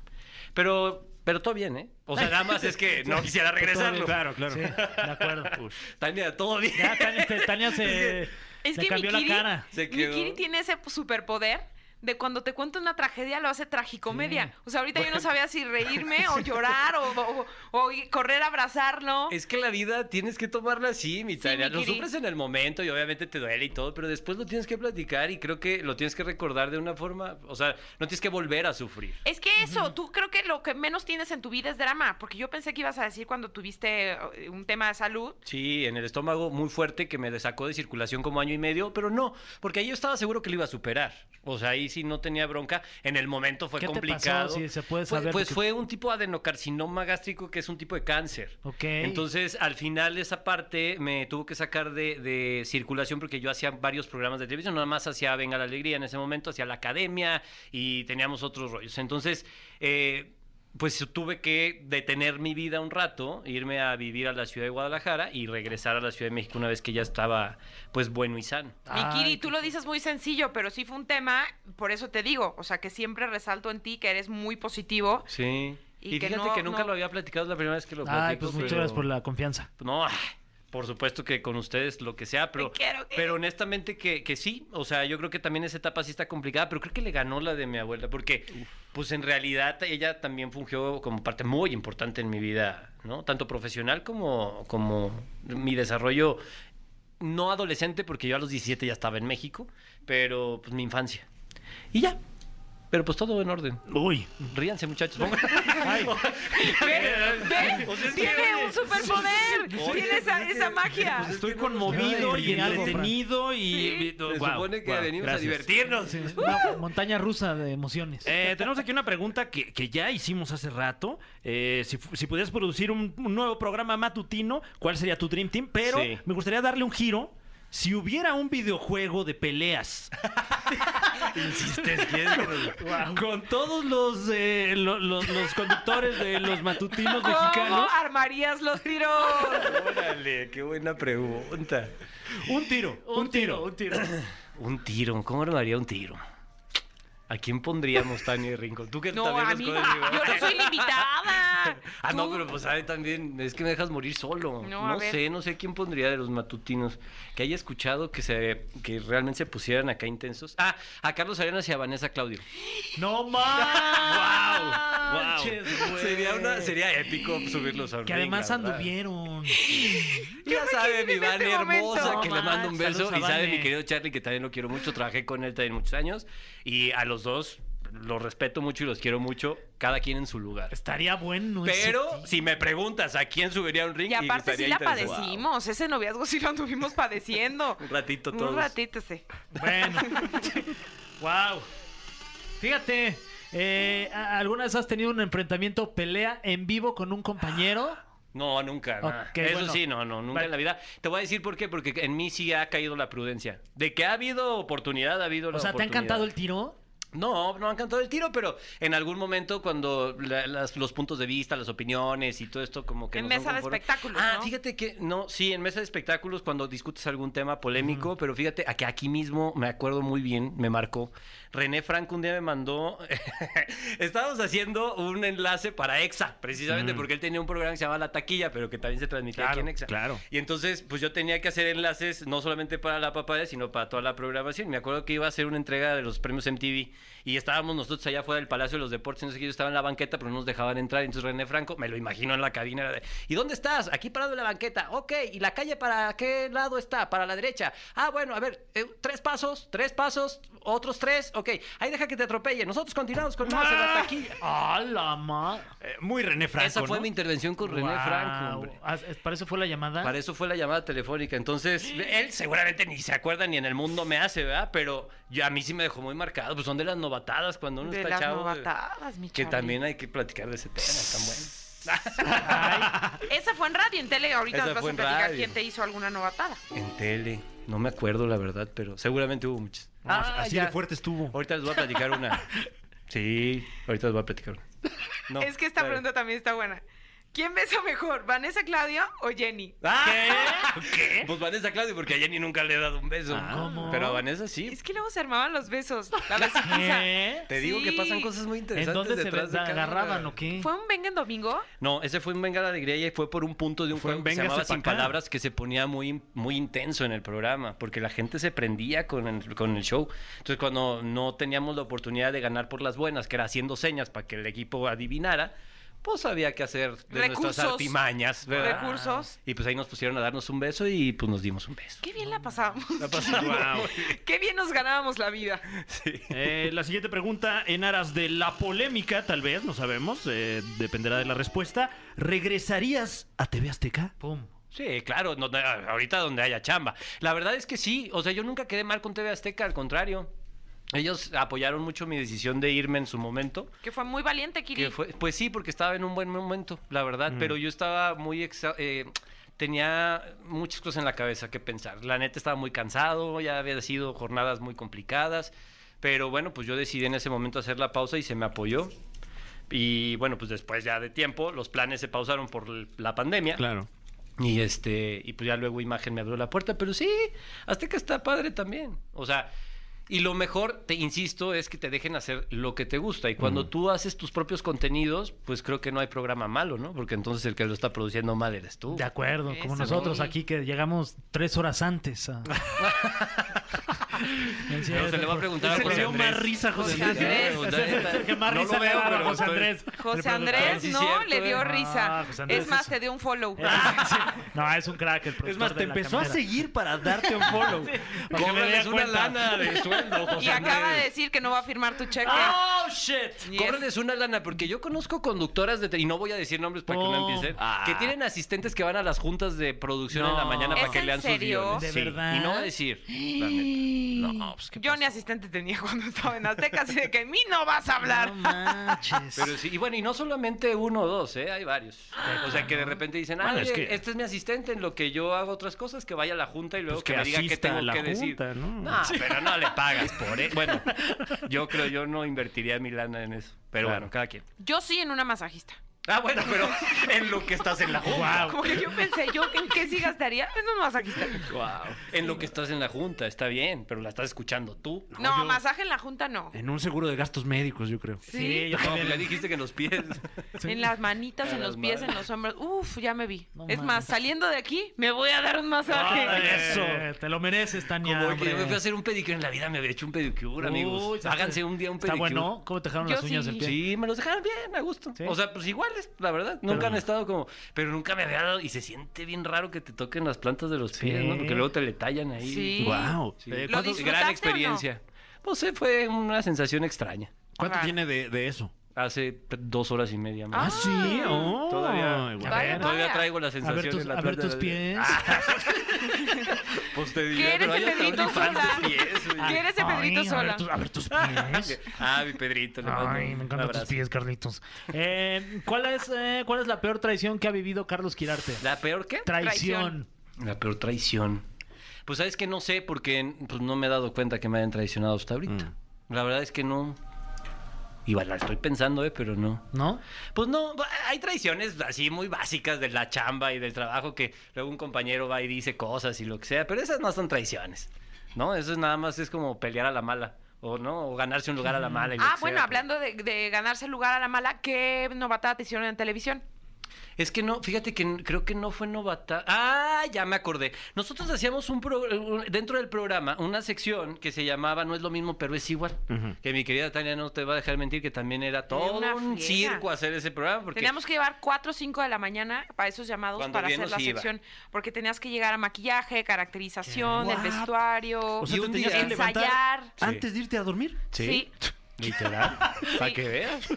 E: Pero, pero todo bien, ¿eh? O sea, nada más es que no quisiera regresarlo.
C: Claro, claro.
D: Sí, de acuerdo.
E: Tania, todo bien.
D: Ya, Tania, te- Tania se,
B: Es
D: le
B: que mi
D: cambió
B: Kiri-
D: la cara.
E: Se
B: Mi
E: quedó.
B: Kiri tiene ese superpoder de cuando te cuenta una tragedia lo hace tragicomedia. O sea, ahorita yo no sabía si reírme o llorar o, o- o correr a abrazarlo.
E: Es que la vida tienes que tomarla así, mi Tania.
B: mi
E: lo
B: Kiri.
E: sufres en el momento y obviamente te duele y todo, pero después lo tienes que platicar y creo que lo tienes que recordar de una forma. O sea, no tienes que volver a sufrir.
B: Es que eso, tú creo que lo que menos tienes en tu vida es drama, porque yo pensé que ibas a decir cuando tuviste eh, un tema de salud.
E: Sí, en el estómago muy fuerte que me sacó de circulación como año y medio, pero no, porque ahí yo estaba seguro que lo iba a superar. O sea, ahí sí no tenía bronca. En el momento fue
D: ¿Qué te pasó?
E: complicado.
D: Si se puede
E: Fue-
D: saber,
E: pues
D: porque-
E: fue un tipo de adenocarcinoma gástrico que es un tipo de cáncer.
D: Ok.
E: Entonces, al final esa parte me tuvo que sacar de, de circulación porque yo hacía varios programas de televisión, nada más hacía Venga la Alegría en ese momento, hacía la academia y teníamos otros rollos. Entonces, eh, pues tuve que detener mi vida un rato, irme a vivir a la ciudad de Guadalajara y regresar a la Ciudad de México una vez que ya estaba pues bueno y sano.
B: Mi Kiri, tú lo dices muy sencillo, pero sí fue un tema, por eso te digo, o sea, que siempre resalto en ti que eres muy positivo.
E: Sí.
B: Y
E: Y,
B: que
E: fíjate
B: no-
E: que nunca
B: no-
E: lo había platicado, es la primera vez que lo platico.
D: Ay, pues muchas
E: pero-
D: gracias por la confianza.
E: No, ay, por supuesto que con ustedes lo que sea, pero,
B: Te quiero, Kiri.
E: pero honestamente que, que sí. O sea, yo creo que también esa etapa sí está complicada, pero creo que le ganó la de mi abuela, porque pues en realidad ella también fungió como parte muy importante en mi vida, ¿no? Tanto profesional como, como mi desarrollo, no adolescente, porque yo a los 17 ya estaba en México, pero pues mi infancia. Y ya. Pero pues todo en orden.
C: Uy,
E: Ríanse, muchachos. Pongan-
B: ¿Ves? ¿Ves?
E: O sea, Pues es que-
B: Tiene un superpoder,
E: Sí, pues sí, sí.
B: tiene esa, esa
E: pues
B: magia.
C: estoy
D: no
C: conmovido
D: nos
C: y
D: queda de
C: entretenido y...
B: Sí.
C: y-
E: Se
C: wow,
E: supone que
C: wow,
E: venimos a
C: gracias.
E: divertirnos.
D: Una montaña rusa de emociones.
C: Eh, tenemos aquí una pregunta que, que ya hicimos hace rato. Eh, si, fu- si pudieras producir un, un nuevo programa matutino, ¿cuál sería tu Dream Team? Pero
E: Sí.
C: me gustaría darle un giro. Si hubiera un videojuego de peleas
E: Insistes, ¿quieres que nos-
C: con todos los, eh, lo- los, los conductores de los matutinos
B: ¿Cómo
C: mexicanos,
B: armarías los tiros?
E: Órale, qué buena pregunta.
C: un tiro, un, tiro.
D: un tiro.
E: Un tiro, ¿cómo armaría un tiro? ¿A quién pondríamos, Tania y Rincón? Tú que
B: No,
E: también
B: a
E: nos
B: mí,
E: conoces, ¿verdad?
B: yo no soy limitada.
E: Ah, no,
B: Tú-
E: pero pues ahí también, es que me dejas morir solo.
B: No, a
E: No,
B: ver.
E: sé, no sé quién pondría de los matutinos. Que haya escuchado que se que realmente se pusieran acá intensos. Ah, a Carlos Arenas y a Vanessa Claudio.
D: ¡No más!
E: Sería una, sería épico subirlos a un
D: Que
E: ring,
D: además
E: la verdad.
D: anduvieron.
E: Ya
B: me
E: sabe
B: quedé
E: mi
B: en este
E: Vane hermosa,
B: momento.
E: que
D: No
E: le
D: más,
E: mando un beso.
D: saludos a
E: Y sabe
D: Vane.
E: mi querido Charlie, que también lo quiero mucho. Trabajé con él también muchos años. Y a los dos los respeto mucho y los quiero mucho. Cada quien en su lugar.
D: Estaría bueno. ese
E: Pero
D: tiro.
E: si me preguntas a quién subiría a un ring,
B: Y aparte sí la
E: estaría interesante.
B: padecimos, ese noviazgo sí lo anduvimos padeciendo.
E: Un ratito todos.
B: Un ratito, sí.
D: Bueno. wow. Fíjate, eh, ¿a- ¿alguna vez has tenido un enfrentamiento, pelea en vivo con un compañero?
E: No, nunca. no.
D: Ok,
E: Eso
D: bueno.
E: sí, no, no, nunca
D: Vale.
E: en la vida. Te voy a decir por qué, porque en mí sí ha caído la prudencia. De que ha habido oportunidad, ha habido la
D: O sea, ¿te ha
E: oportunidad.
D: encantado el tiro?
E: No, no han cantado el tiro, pero en algún momento cuando la- las- los puntos de vista, las opiniones y todo esto como que...
B: En
E: no son
B: mesa de
E: conformes.
B: espectáculos,
E: Ah,
B: ¿no?
E: fíjate que no, sí, en mesa de espectáculos cuando discutes algún tema polémico, pero fíjate a que aquí mismo me acuerdo muy bien, me marcó. René Franco un día me mandó, estábamos haciendo un enlace para EXA, precisamente porque él tenía un programa que se llamaba La Taquilla, pero que también se transmitía aquí en EXA.
C: claro.
E: Y entonces, pues yo tenía que hacer enlaces no solamente para la papaya, sino para toda la programación. Me acuerdo que iba a hacer una entrega de los premios MTV y estábamos nosotros allá afuera del Palacio de los Deportes, no sé qué, yo estaba en la banqueta, pero no nos dejaban entrar. Entonces René Franco, me lo imagino en la cabina, era de, ¿y dónde estás? Aquí parado en la banqueta. Ok, ¿y la calle para qué lado está? Para la derecha. Ah, bueno, a ver, eh, tres pasos, tres pasos, otros tres, ok. Ahí deja que te atropelle. Nosotros continuamos con más en la taquilla.
D: ¡A la madre!
C: Eh, muy René ¡Ah! Franco,
E: Esa fue
C: ¿no?
E: mi intervención con René Franco, hombre.
D: Ah, ¿Para eso fue la llamada?
E: Para eso fue la llamada telefónica. Entonces, él seguramente ni se acuerda ni en el mundo me hace, ¿verdad? Pero yo, a mí sí me dejó muy marcado. Pues son de las novatadas cuando uno
B: De
E: está
B: las
E: chavo.
B: novatadas, mi
E: Que
B: Charlie.
E: también hay que platicar de ese tema, tan bueno.
B: Esa fue en radio, en tele, ahorita
E: Esa
B: nos vas
E: fue
B: a
E: en
B: platicar
E: radio.
B: quién te hizo alguna novatada.
E: En tele, no me acuerdo la verdad, pero seguramente hubo muchas.
C: No, así
D: Ah,
C: de fuerte estuvo.
E: Ahorita les voy a platicar una. Sí, ahorita les voy a platicar una. No,
B: es que esta
E: espera.
B: pregunta también está buena. ¿Quién besa mejor, Vanessa Claudio o Jenny?
E: ¡Ah! Pues Vanessa Claudio, porque a Jenny nunca le he dado un beso.
D: Ah, ¿Cómo?
E: Pero a Vanessa sí. Eh.
B: Es que luego se armaban los besos. La besuquiza.
D: ¿Qué?
E: Te digo que
B: Sí.
E: pasan cosas muy
D: ¿En
E: interesantes.
D: dónde se
E: detrás
D: ve-
E: de cámara.
D: agarraban o qué?
B: ¿Fue un venga en domingo?
E: No, ese fue un Venga la Alegría y fue por un punto de un
C: Fue un
E: juego que se
C: Véngase
E: llamaba
C: pa'
E: Sin
C: acá.
E: Palabras que se ponía muy, muy intenso en el programa porque la gente se prendía con el, con el show. Entonces, cuando no teníamos la oportunidad de ganar por las buenas, que era haciendo señas para que el equipo adivinara, pues había que hacer de
B: Recursos.
E: nuestras artimañas, ¿verdad?
B: Recursos.
E: Y pues ahí nos pusieron a darnos un beso y pues nos dimos un beso.
B: Qué bien la pasábamos.
C: Wow.
B: Qué bien nos ganábamos la vida.
C: Eh, la siguiente pregunta, en aras de la polémica, tal vez, no sabemos, eh, dependerá de la respuesta. ¿Regresarías a TV Azteca?
D: Pum.
E: Sí, claro, no- no, ahorita donde haya chamba. La verdad es que sí, o sea, yo nunca quedé mal con TV Azteca, al contrario. Ellos apoyaron mucho mi decisión de irme en su momento.
B: Que fue muy valiente, Kiri.
E: Que fue, pues sí, porque estaba en un buen momento, la verdad, pero yo estaba muy... exa- eh, tenía muchas cosas en la cabeza que pensar. La neta estaba muy cansado, ya había sido jornadas muy complicadas, pero bueno, pues yo decidí en ese momento hacer la pausa y se me apoyó. Y bueno, pues después ya de tiempo, los planes se pausaron por l- la pandemia.
C: Claro.
E: Y este, y pues ya luego imagen me abrió la puerta, pero sí, Azteca está padre también. O sea, y lo mejor, te insisto, es que te dejen hacer lo que te gusta. Y cuando tú haces tus propios contenidos, pues creo que no hay programa malo, ¿no? Porque entonces el que lo está produciendo mal eres tú.
D: De acuerdo,
B: Eso,
D: como nosotros
B: sí.
D: aquí que llegamos tres horas antes. a- En serio,
E: No, se le va a preguntar a
D: ese
E: José
D: me dio
E: Andrés.
D: más risa, José,
B: José
D: Andrés.
B: Andrés.
D: Ese es el que más
E: No lo
D: risa me
E: veo,
D: daba,
E: pero
D: José
E: estoy-
D: Andrés.
B: José
D: El
B: Andrés,
E: sí,
B: no,
E: cierto,
B: le dio
E: eh.
B: risa.
D: Ah, José Andrés
B: es más,
D: es-
B: te dio un follow.
D: No, es un crack el
C: Es
D: productor
C: más, te
D: de la
C: empezó a
D: caminera.
C: seguir para darte un follow.
D: Para que me dé
E: Cóbrales una
D: cuenta.
E: lana de sueldo, José
B: y acaba
E: Andrés. Ah,
B: de decir que no va a firmar tu cheque.
D: ¡Oh, shit!
B: Y es-
E: Cóbrales una lana, porque yo conozco conductoras de. te- Y no voy a decir nombres para que no
D: Oh.
E: empiecen.
C: Ah.
E: Que tienen asistentes que van a las juntas de producción en la
D: No.
E: mañana para
B: ¿Es
E: que
B: en
E: lean
B: serio?
E: sus guiones.
D: ¿De
E: Sí,
D: verdad?
E: Y no voy a decir. la neta. No, pues, ¿qué
B: Yo
E: pasó?
B: ni asistente tenía cuando estaba en Azteca, así de que a mí no vas a hablar.
D: No manches.
E: Pero sí, y bueno, y no solamente uno o dos, ¿eh? hay varios. O sea, que de repente dicen, ah,
C: Bueno, es
E: oye,
C: que-
E: este es mi asistente en lo que yo hago otras cosas, que vaya a la junta y luego
C: Pues
E: que,
C: que
E: me diga qué
C: asista a
E: tengo
C: la
E: que decir.
C: junta, ¿no? Sí.
E: pero no le pagas por eso. Bueno, yo creo, yo no invertiría mi lana en eso. Pero
C: Claro.
E: bueno, cada quien.
B: Yo sí en una masajista.
E: Ah, bueno, pero en lo que estás en la junta.
B: Como que yo pensé, ¿yo en qué sí gastaría? En un masajista.
E: En lo que estás en la junta, está bien, pero la estás escuchando tú.
B: No,
C: yo-
B: masaje en la junta no.
C: En un seguro de gastos médicos, yo creo.
B: Sí,
E: No, pues ya dijiste que en los pies.
B: en las manitas,
E: A
B: en los
E: las
B: pies, en
E: manos.
B: los hombros. Uf, ya me vi.
D: No
B: es más,
D: manches.
B: saliendo de aquí, me voy a dar un masaje.
D: Ay,
C: Eso.
D: Te lo mereces, Tania.
E: Como que yo me
D: hombre.
E: fui a hacer un pedicure en la vida, me había hecho un
D: Uy,
E: pedicure, amigos.
D: ¿sabes?
E: Háganse un día un
D: Está
E: pedicure.
D: bueno, ¿cómo te dejaron
B: Yo
D: las uñas
B: sí.
D: del pie?
E: Sí, me los dejaron bien, a gusto.
D: Sí.
E: O sea, pues iguales, la verdad. Nunca
D: Pero-
E: han estado como. Pero nunca me había dado. Y se siente bien raro que te toquen las plantas de los
D: Sí.
E: pies, ¿no? Porque luego te le tallan ahí.
B: Sí.
C: Wow.
E: Sí.
C: Eh,
B: ¿Lo
C: ¿Cuánto,
B: disfrutaste o
E: Gran
B: no?
E: experiencia. Pues sí, fue una sensación extraña.
C: cuánto
B: Ajá.
C: tiene de, de eso?
E: Hace dos horas y media más.
B: Ah,
C: sí. Oh,
E: Todavía,
C: guau.
D: A ver,
E: todavía
B: vaya.
E: traigo la
D: A
E: sensación
D: ver tus,
E: en la
D: a ver
E: planta
D: tus
E: de-
D: pies.
E: Pues te
B: ¿Qué
E: diré,
B: eres
E: pero hay
B: el
E: hasta
B: Pedrito
E: OnlyFans
B: Sola?
E: de pies, oye.
B: ¿Qué eres de
D: Ay,
B: Pedrito
D: a
B: Sola?
D: ver tus- A ver tus pies.
E: Ah, mi Pedrito, le mando
D: Ay,
E: un
D: me encantan tus
E: abrazo.
D: pies, Carlitos. Eh, ¿cuál, es, eh, ¿Cuál es la peor traición que ha vivido Carlos Quirarte?
E: ¿La peor qué?
D: Traición.
E: La peor traición. Pues sabes que no sé porque pues, no me he dado cuenta que me hayan traicionado hasta ahorita. La verdad es que no. Y bueno, la estoy pensando, eh, pero no.
D: ¿No?
E: Pues no, ba- hay traiciones así muy básicas de la chamba y del trabajo que luego un compañero va y dice cosas y lo que sea, pero esas no son traiciones, ¿no? Eso es nada más es como pelear a la mala o no, o ganarse un lugar a la mala. y lo
B: Ah,
E: que
B: bueno,
E: sea.
B: hablando de, de ganarse el lugar a la mala, ¿qué novatada te hicieron en televisión?
E: Es que no, fíjate que n- creo que no fue novata. Ah, ya me acordé. Nosotros hacíamos un, pro- un- dentro del programa una sección que se llamaba No es lo mismo, pero es igual. Que mi querida Tania no te va a dejar mentir que también era todo
B: una
E: un
B: friega.
E: circo hacer ese programa porque
B: Teníamos que llevar 4 o 5 de la mañana para esos llamados
E: Cuando
B: para
E: bien
B: hacer
E: nos
B: la
E: iba.
B: sección. Porque tenías que llegar a maquillaje, caracterización, el
C: What?
B: vestuario,
C: O sea,
E: Y
C: te
E: un
C: tenías
E: día-
C: que levantar
B: ensayar.
C: antes de irte a dormir.
B: Sí.
E: literal, para que veas.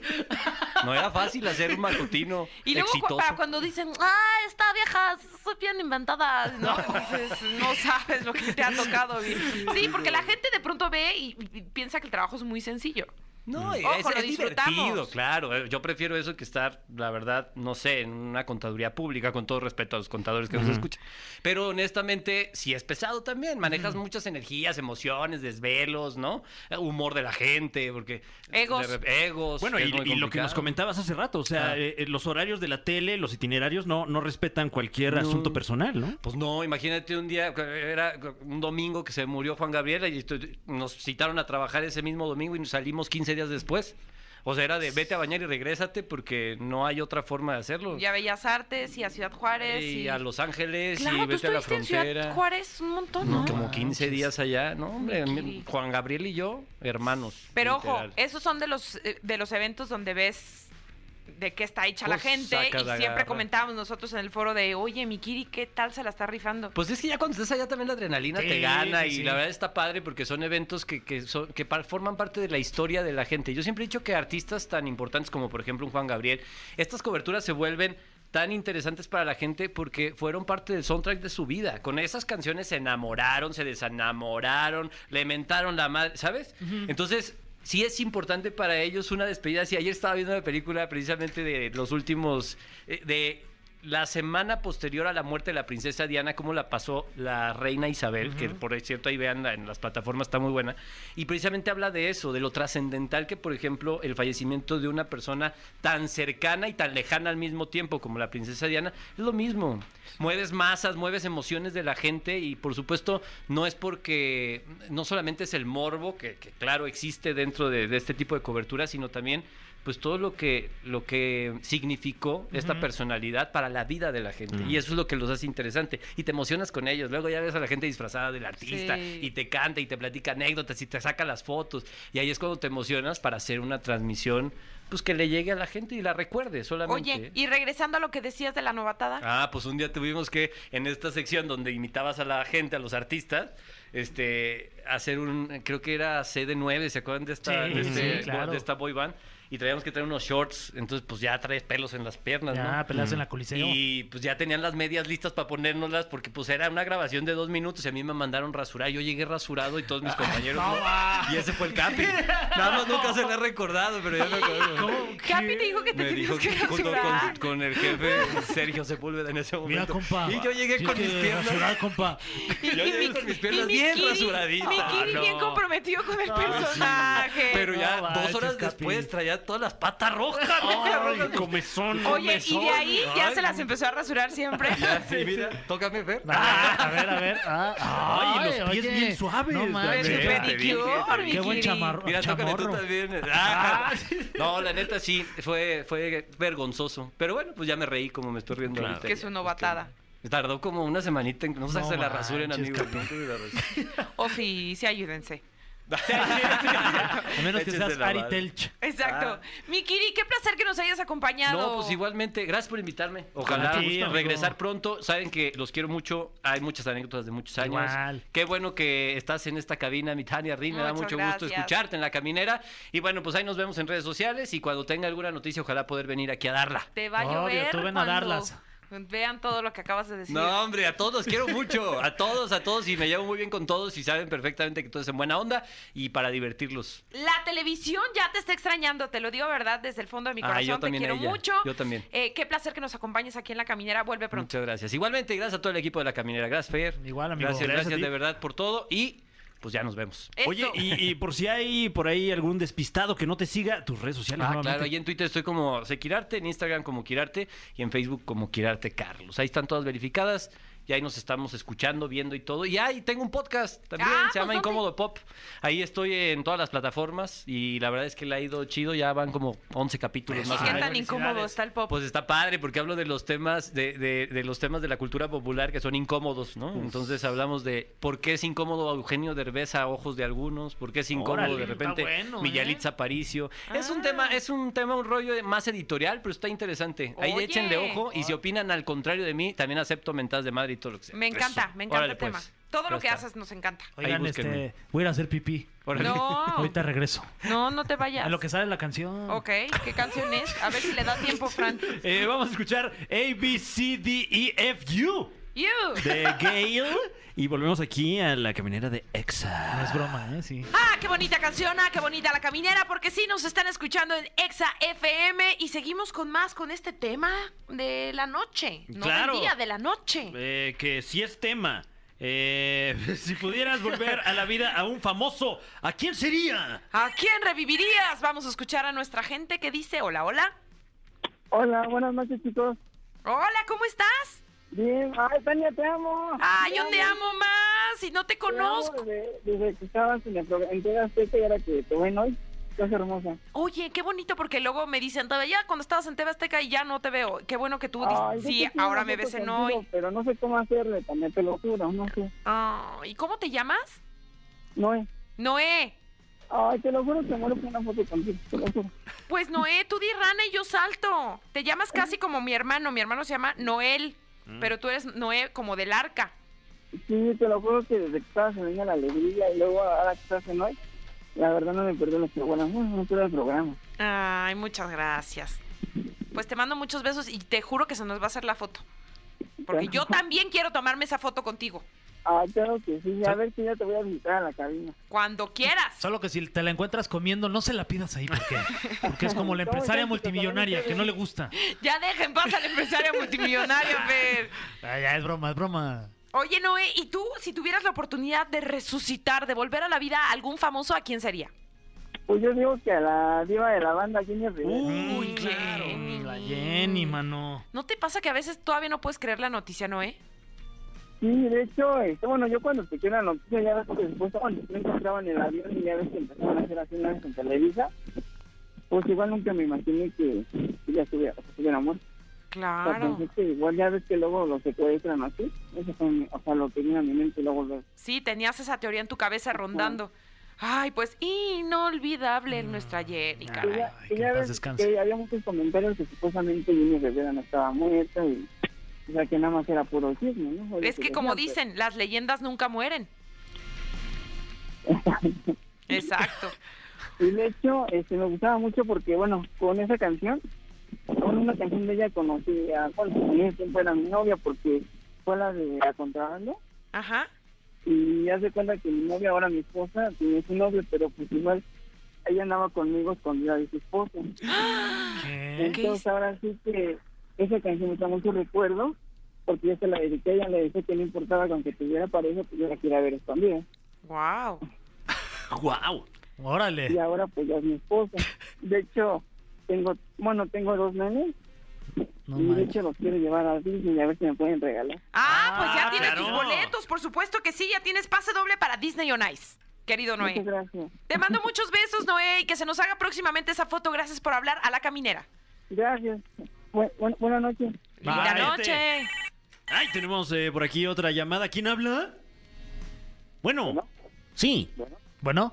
E: No era fácil hacer un matutino
B: Y luego cu-
E: exitoso.
B: para cuando dicen, ah, esta vieja soy bien inventada, no, pues, no sabes lo que te ha tocado. vi. Sí, porque la gente de pronto ve y, y piensa que el trabajo es muy sencillo.
C: Mm.
E: No, es,
B: Ojo, lo
E: es divertido,
B: disfrutamos.
E: claro. Eh, Yo prefiero eso que estar, la verdad, no sé, en una contaduría pública, con todo respeto a los contadores que nos escuchan. Pero honestamente, sí es pesado también. Manejas muchas energías, emociones, desvelos, ¿no? Eh, Humor de la gente, porque...
B: Egos.
E: de rep- egos.
C: Bueno, y,
E: Pues es muy
C: y lo que nos
E: complicado.
C: comentabas hace rato, o sea,
E: Ah.
C: eh, eh, los horarios de la tele, los itinerarios no, no respetan cualquier
E: No.
C: asunto personal, ¿no?
E: Pues no, imagínate un día, era un domingo que se murió Juan Gabriel y estoy- nos citaron a trabajar ese mismo domingo y nos salimos 15 días después. O sea, era de vete a bañar y regrésate porque no hay otra forma de hacerlo.
B: Y a Bellas Artes y a Ciudad Juárez.
E: y
B: Y,
E: a Los Ángeles
B: Claro,
E: y
B: tú
E: vete a la
B: estuviste en Ciudad
E: frontera.
B: Juárez un montón,
E: No,
B: ¿no?
E: como 15 días allá, no, hombre,
B: Aquí.
E: mi- Juan Gabriel y yo, hermanos.
B: Pero
E: literal.
B: ojo, esos son de los, eh, de los eventos donde ves de qué está hecha la
E: Pues,
B: gente y
E: sacas la
B: siempre
E: garra.
B: comentábamos nosotros en el foro de, oye, mi Kiri, ¿qué tal se la está rifando?
E: Pues es que ya cuando estás allá también la adrenalina
D: Sí,
E: te gana
D: sí,
E: y
D: sí.
E: la verdad está padre porque son eventos que, que son, que par- forman parte de la historia de la gente. Yo siempre he dicho que artistas tan importantes como por ejemplo un Juan Gabriel, estas coberturas se vuelven tan interesantes para la gente porque fueron parte del soundtrack de su vida. Con esas canciones se enamoraron, se desenamoraron, le mentaron la madre, ¿sabes? Entonces... Sí es importante para ellos una despedida. Sí, ayer estaba viendo una película precisamente de los últimos, eh, de la semana posterior a la muerte de la princesa Diana, cómo la pasó la reina Isabel, que por cierto ahí vean en las plataformas está muy buena, y precisamente habla de eso, de lo trascendental que por ejemplo el fallecimiento de una persona tan cercana y tan lejana al mismo tiempo como la princesa Diana, es lo mismo. Mueves masas, mueves emociones de la gente y por supuesto no es porque, no solamente es el morbo, que, que claro existe dentro de, de este tipo de cobertura, sino también pues todo lo que, lo que significó esta personalidad para la vida de la gente. Y eso es lo que los hace interesante. Y te emocionas con ellos. Luego ya ves a la gente disfrazada del artista
B: Sí.
E: y te canta y te platica anécdotas y te saca las fotos. Y ahí es cuando te emocionas para hacer una transmisión pues que le llegue a la gente y la recuerde solamente. ¿eh?
B: Oye, y regresando a lo que decías de la novatada.
E: Ah, pues un día tuvimos que, en esta sección donde imitabas a la gente, a los artistas, este, hacer un, creo que era CD9, ¿se acuerdan de esta,
D: Sí,
E: de este-
D: sí, claro.
E: de esta boy band? Y teníamos que traer unos shorts, entonces pues ya traes pelos en las piernas,
D: Ya, pues,
E: ¿no?
D: peleas en la coliseo.
E: Y pues ya tenían las medias listas para ponérnoslas porque pues era una grabación de dos minutos y a mí me mandaron rasurar. Yo llegué rasurado y todos mis compañeros... no. y ese fue el capi. Nada más nunca se le ha recordado, pero ya me acuerdo.
B: Capi te dijo que te
E: Me dijo
B: tenías
E: que
B: que
E: junto
B: rasurar.
E: con, con el jefe Sergio Sepúlveda en ese
D: Mira,
E: momento.
D: compa.
E: Y yo llegué
D: tienes
E: con
D: que
E: mis piernas.
D: rasurar, compa.
E: Yo llegué con mis piernas
B: y mi
E: bien
B: Kiri-
E: rasuraditas.
B: Mi Kiri
E: No. pues
B: bien comprometido con el personaje.
E: Pero ya
D: No
E: dos
D: manches,
E: horas
D: Capi.
E: después traía todas las patas rojas. neta, rojas.
C: comezón.
B: Oye, y de ahí ya
E: Ay,
B: se las empezó a rasurar siempre.
E: Ya, sí, mira, tócame ver.
D: A ver, a ver. ah,
C: Ay, los pies
D: oye,
C: bien suaves,
D: No
C: la
B: Pero
D: manches.
B: su
E: Te dije, te dije.
B: pedicure, mi
D: Qué buen
B: Kiri.
D: chamarro.
E: Mira, tócame tú
D: Chamorro.
E: también. Ah. No, la neta sí, fue, fue vergonzoso. Pero bueno, pues ya me reí como me estoy riendo
C: Claro.
E: ahorita.
B: Que es una novatada.
E: Tardó como una semanita en no, sé
D: No
E: se la rasuren,
D: manches,
E: amigos.
D: Capi.
E: Nunca se la rasuren.
B: O sí, sí, ayúdense.
D: A menos que
E: Échense
D: seas
E: la
D: Ari
E: mano.
D: Telch.
B: Exacto. Mi Kiri, qué placer que nos hayas acompañado.
E: Ah. No, pues igualmente, gracias por invitarme. Ojalá
D: Con gusto,
E: regresar
D: amigo.
E: pronto. Saben que los quiero mucho. Hay muchas anécdotas de muchos años.
D: Igual.
E: Qué bueno que estás en esta cabina, mi Tania Rin. Me da
B: Muchas
E: mucho gusto
B: gracias.
E: escucharte en la caminera. Y bueno, pues ahí nos vemos en redes sociales. Y cuando tenga alguna noticia, ojalá poder venir aquí a darla.
B: Te va a
D: Obvio,
B: llover.
D: tú ven a
B: cuando
D: darlas.
B: Vean todo lo que acabas de decir.
E: No, hombre, a todos los quiero mucho. A todos, a todos. Y me llevo muy bien con todos. Y saben perfectamente que todo es en buena onda. Y para divertirlos.
B: La televisión ya te está extrañando, te lo digo verdad, desde el fondo de mi
E: Ah,
B: corazón.
E: yo también
B: te
E: a
B: quiero
E: ella,
B: mucho.
E: yo también.
B: Eh, qué placer que nos acompañes aquí en la caminera. Vuelve pronto.
E: Muchas gracias. Igualmente, gracias a todo el equipo de la caminera. Gracias, Fer.
D: Igual, amigo.
E: Gracias,
D: Gracias a
E: gracias
D: ti.
E: de verdad por todo. Y pues ya nos vemos.
B: Eso.
C: Oye, y, y por si hay por ahí algún despistado que no te siga, tus redes sociales
E: Ah,
C: nuevamente.
E: claro, ahí en Twitter estoy como Sequirarte, en Instagram como Quirarte y en Facebook como Quirarte Carlos. Ahí están todas verificadas y ahí nos estamos escuchando, viendo y todo. Y ahí tengo un podcast también,
B: Ah,
E: se llama
B: pues, ¿dónde?
E: Incómodo Pop. Ahí estoy en todas las plataformas y la verdad es que le ha ido chido, ya van como 11 capítulos
B: ¿Y
E: más o
B: qué
E: menos.
B: tan incómodo está el pop?
E: Pues está padre porque hablo de los temas de, de- de los temas de la cultura popular que son incómodos, ¿no? Entonces hablamos de por qué es incómodo Eugenio Derbez a ojos de algunos, por qué es incómodo
D: Órale,
E: de
D: está
E: repente
D: bueno, ¿eh? Ah.
E: Villalitza Aparicio. Es un tema es un tema un rollo de- más editorial, pero está interesante. Ahí
B: Oye.
E: echen de ojo y si opinan al contrario de mí, también acepto mentadas de madre y todo lo que sea.
B: me encanta,
E: Eso.
B: me encanta
E: Órale,
B: el tema.
E: pues.
B: Todo
E: Ya
B: lo que
E: está.
B: haces nos encanta.
D: Oigan,
E: búsquenme.
D: este, voy a ir a hacer pipí.
E: Órale.
B: No,
D: Ahorita regreso.
B: no, no te
D: A
B: vayas.
D: lo que sale la canción.
B: Ok, ¿qué canción es? A ver si le da tiempo, Fran.
C: Eh, vamos a escuchar A, B, C, D, E, F, U
B: You.
C: de Gale. Y volvemos aquí a la caminera de Exa.
D: No es broma, ¿eh? Sí.
B: Ah, qué bonita canción, ah, qué bonita la caminera, porque sí nos están escuchando en Exa FM y seguimos con más con este tema de la noche, no
C: Claro.
B: del día, de la noche.
C: Eh, que si es tema. Eh, si pudieras volver a la vida a un famoso, ¿a quién sería?
B: ¿A quién revivirías? Vamos a escuchar a nuestra gente que dice hola, hola.
F: Hola, buenas noches, chicos.
B: Hola, ¿cómo estás?
F: Bien, ay, Tania, te amo.
B: Ah, yo te amo más y no te
F: Te amo
B: conozco.
F: Desde, desde que estabas en el programa, en Tega Azteca y ahora que te ven hoy, estás hermosa.
B: Oye, qué bonito porque luego me dicen, todavía ya cuando estabas en TV Azteca y ya no te veo. Qué bueno que tú dices,
F: Ay, yo
B: sí,
F: quisiera
B: ahora
F: una
B: me
F: foto
B: ves en
F: contigo,
B: hoy.
F: Pero no sé cómo hacerle, Tania, te lo juro, no sé.
B: Ah, ¿Y cómo te llamas?
F: No es.
B: Noé.
F: Ay, te lo juro, te muero por una foto contigo, te lo juro.
B: Pues Noé, tú di rana y yo salto. Te llamas casi como mi hermano. Mi hermano se llama Noel,
C: Mm.
B: pero tú eres Noé como del arca.
F: Sí, te lo juro que desde que estabas en Venga la Alegría y luego ahora que estás en hoy, la verdad no me perdí los programas, no perdí el programa.
B: Ay, muchas gracias. Pues te mando muchos besos y te juro que se nos va a hacer la foto. Porque yo también quiero tomarme esa foto contigo.
F: Ah, claro que sí. A ver si ya te voy a visitar a la cabina.
B: Cuando quieras.
D: Solo que si te la encuentras comiendo, no se la pidas ahí porque, porque es como la
F: ¿Cómo
D: empresaria
F: sabes que te
D: multimillonaria
F: conoce?
D: que no le gusta.
B: Ya dejen paz al empresario multimillonario, Fer.
D: Ah, ya, es broma, es broma.
B: Oye, Noé, ¿y tú, si tuvieras la oportunidad de resucitar, de volver a la vida a algún famoso, ¿a quién sería?
F: Pues yo digo que a la diva de la banda, Jenny Rivera.
C: Uy,
B: Mm, Jenny.
D: La Jenny, mano.
B: ¿No te pasa que a veces todavía no puedes creer la noticia, Noé?
F: Sí, de hecho, este, bueno, yo cuando escuché la noticia, ya ves que después cuando me encontraban en el avión y ya ves que empezaron a hacer así una vez en Televisa, pues igual nunca me imaginé que que ya estuviera, que estuviera muerto. O sea,
B: Claro.
F: pensé que igual ya ves que luego lo secuestran así, eso fue, mi- o sea, lo que vino a mi mente y luego lo...
B: Sí, tenías esa teoría en tu cabeza rondando. Ay, pues inolvidable
F: Mm.
B: nuestra Jenny,
F: Y
B: caray.
F: ya,
D: Ay,
F: y
D: que
F: ya
D: en paz
F: ves
D: descanse.
F: que había muchos comentarios que supuestamente Jenny Rivera no estaba muerta y... O sea, que nada más era puro chisme, ¿no? pues. O lo
B: Es que como
F: decían, pero-
B: dicen, las leyendas nunca mueren. Exacto.
F: Y de hecho, este, me gustaba mucho porque, bueno, con esa canción, con una canción de ella conocí a, bueno, en ese tiempo era mi novia porque fue la de la contrabando.
B: Ajá.
F: Y hace cuenta que mi novia, ahora mi esposa, tiene su novio, pero pues igual ella andaba conmigo escondida de su esposo.
D: ¿Qué?
F: Entonces ahora sí que esa canción me trae mucho recuerdo porque yo se la dediqué, ella le dije que no importaba con que tuviera pareja, pues yo la quería ver escondida.
B: Wow.
C: ¡Guau!
F: y
D: Órale.
F: ahora pues ya es mi esposa. De hecho, tengo, bueno, tengo dos nenes
D: No
F: y de
D: manches.
F: hecho los quiero llevar a Disney a ver si me pueden regalar.
B: Ah, pues ya
C: Ah,
B: tienes tus
C: claro.
B: boletos, por supuesto que sí, ya tienes pase doble para Disney on Ice, querido Noé.
F: Muchas gracias.
B: Te mando muchos besos, Noé, y que se nos haga próximamente esa foto. Gracias por hablar a la caminera.
F: Gracias. Bu- bu- buenas noches.
B: Linda
C: Bye.
B: noche.
C: Ay, tenemos eh, por aquí otra llamada. ¿Quién habla? Bueno.
F: Bueno.
C: Sí.
F: Bueno,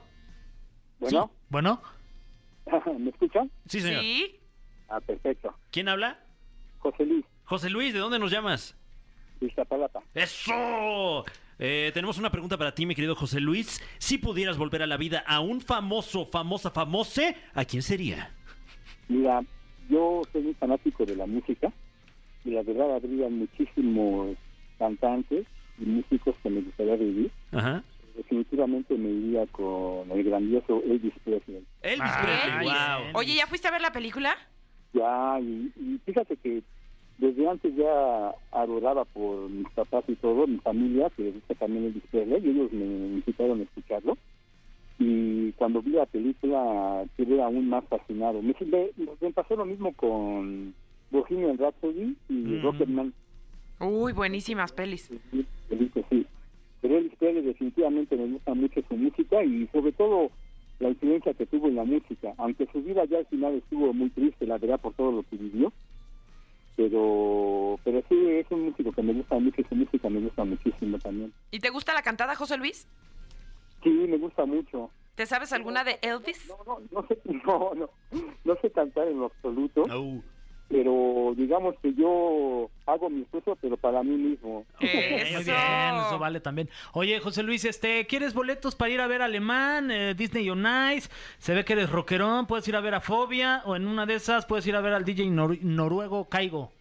D: Bueno,
F: bueno,
D: bueno.
F: ¿me escuchan?
C: Sí, señor.
B: Sí.
F: Ah, perfecto.
C: ¿Quién habla?
F: José Luis,
C: José Luis, ¿de dónde nos llamas?
F: Iztapalapa.
C: ¡Eso! Eh, tenemos una pregunta para ti, mi querido José Luis. Si pudieras volver a la vida a un famoso, famosa, famose, ¿a quién sería?
F: Mira, yo soy un fanático de la música y la verdad habría muchísimos cantantes y músicos que me gustaría vivir.
C: Ajá.
F: Definitivamente me iría con el grandioso Elvis Presley.
C: Elvis
D: Ah,
C: Presley.
B: Elvis.
C: Guau.
B: Oye, ¿ya fuiste a ver la película?
F: Ya, y, y fíjate que desde antes ya adoraba por mis papás y todo, mi familia, que les gusta también el Presley, y ellos me invitaron a escucharlo. Y cuando vi la película, quedé aún más fascinado. Me, me- me pasó lo mismo con Bohemian Rhapsody y
C: Mm.
F: Rocketman.
B: Uy, buenísimas pelis.
F: Elvis, sí. Pero Elvis Presley definitivamente me gusta mucho su música y sobre todo la influencia que tuvo en la música. Aunque su vida ya al final estuvo muy triste, la verdad, por todo lo que vivió. Pero, pero sí, es un músico que me gusta mucho, su música me gusta muchísimo también.
B: ¿Y te gusta la cantada, José Luis?
F: Sí, me gusta mucho.
B: ¿Te sabes alguna de Elvis?
F: No, no, no sé, no, no, no sé cantar en lo absoluto,
C: Au.
F: pero digamos que yo hago mi esfuerzo, pero para mí mismo.
D: Eh, Muy bien, eso vale también. Oye, José Luis, este, ¿quieres boletos para ir a ver Alemán, eh, Disney on Ice? Se ve que eres rockerón, puedes ir a ver a Fobia o en una de esas puedes ir a ver al DJ nor- noruego Caigo.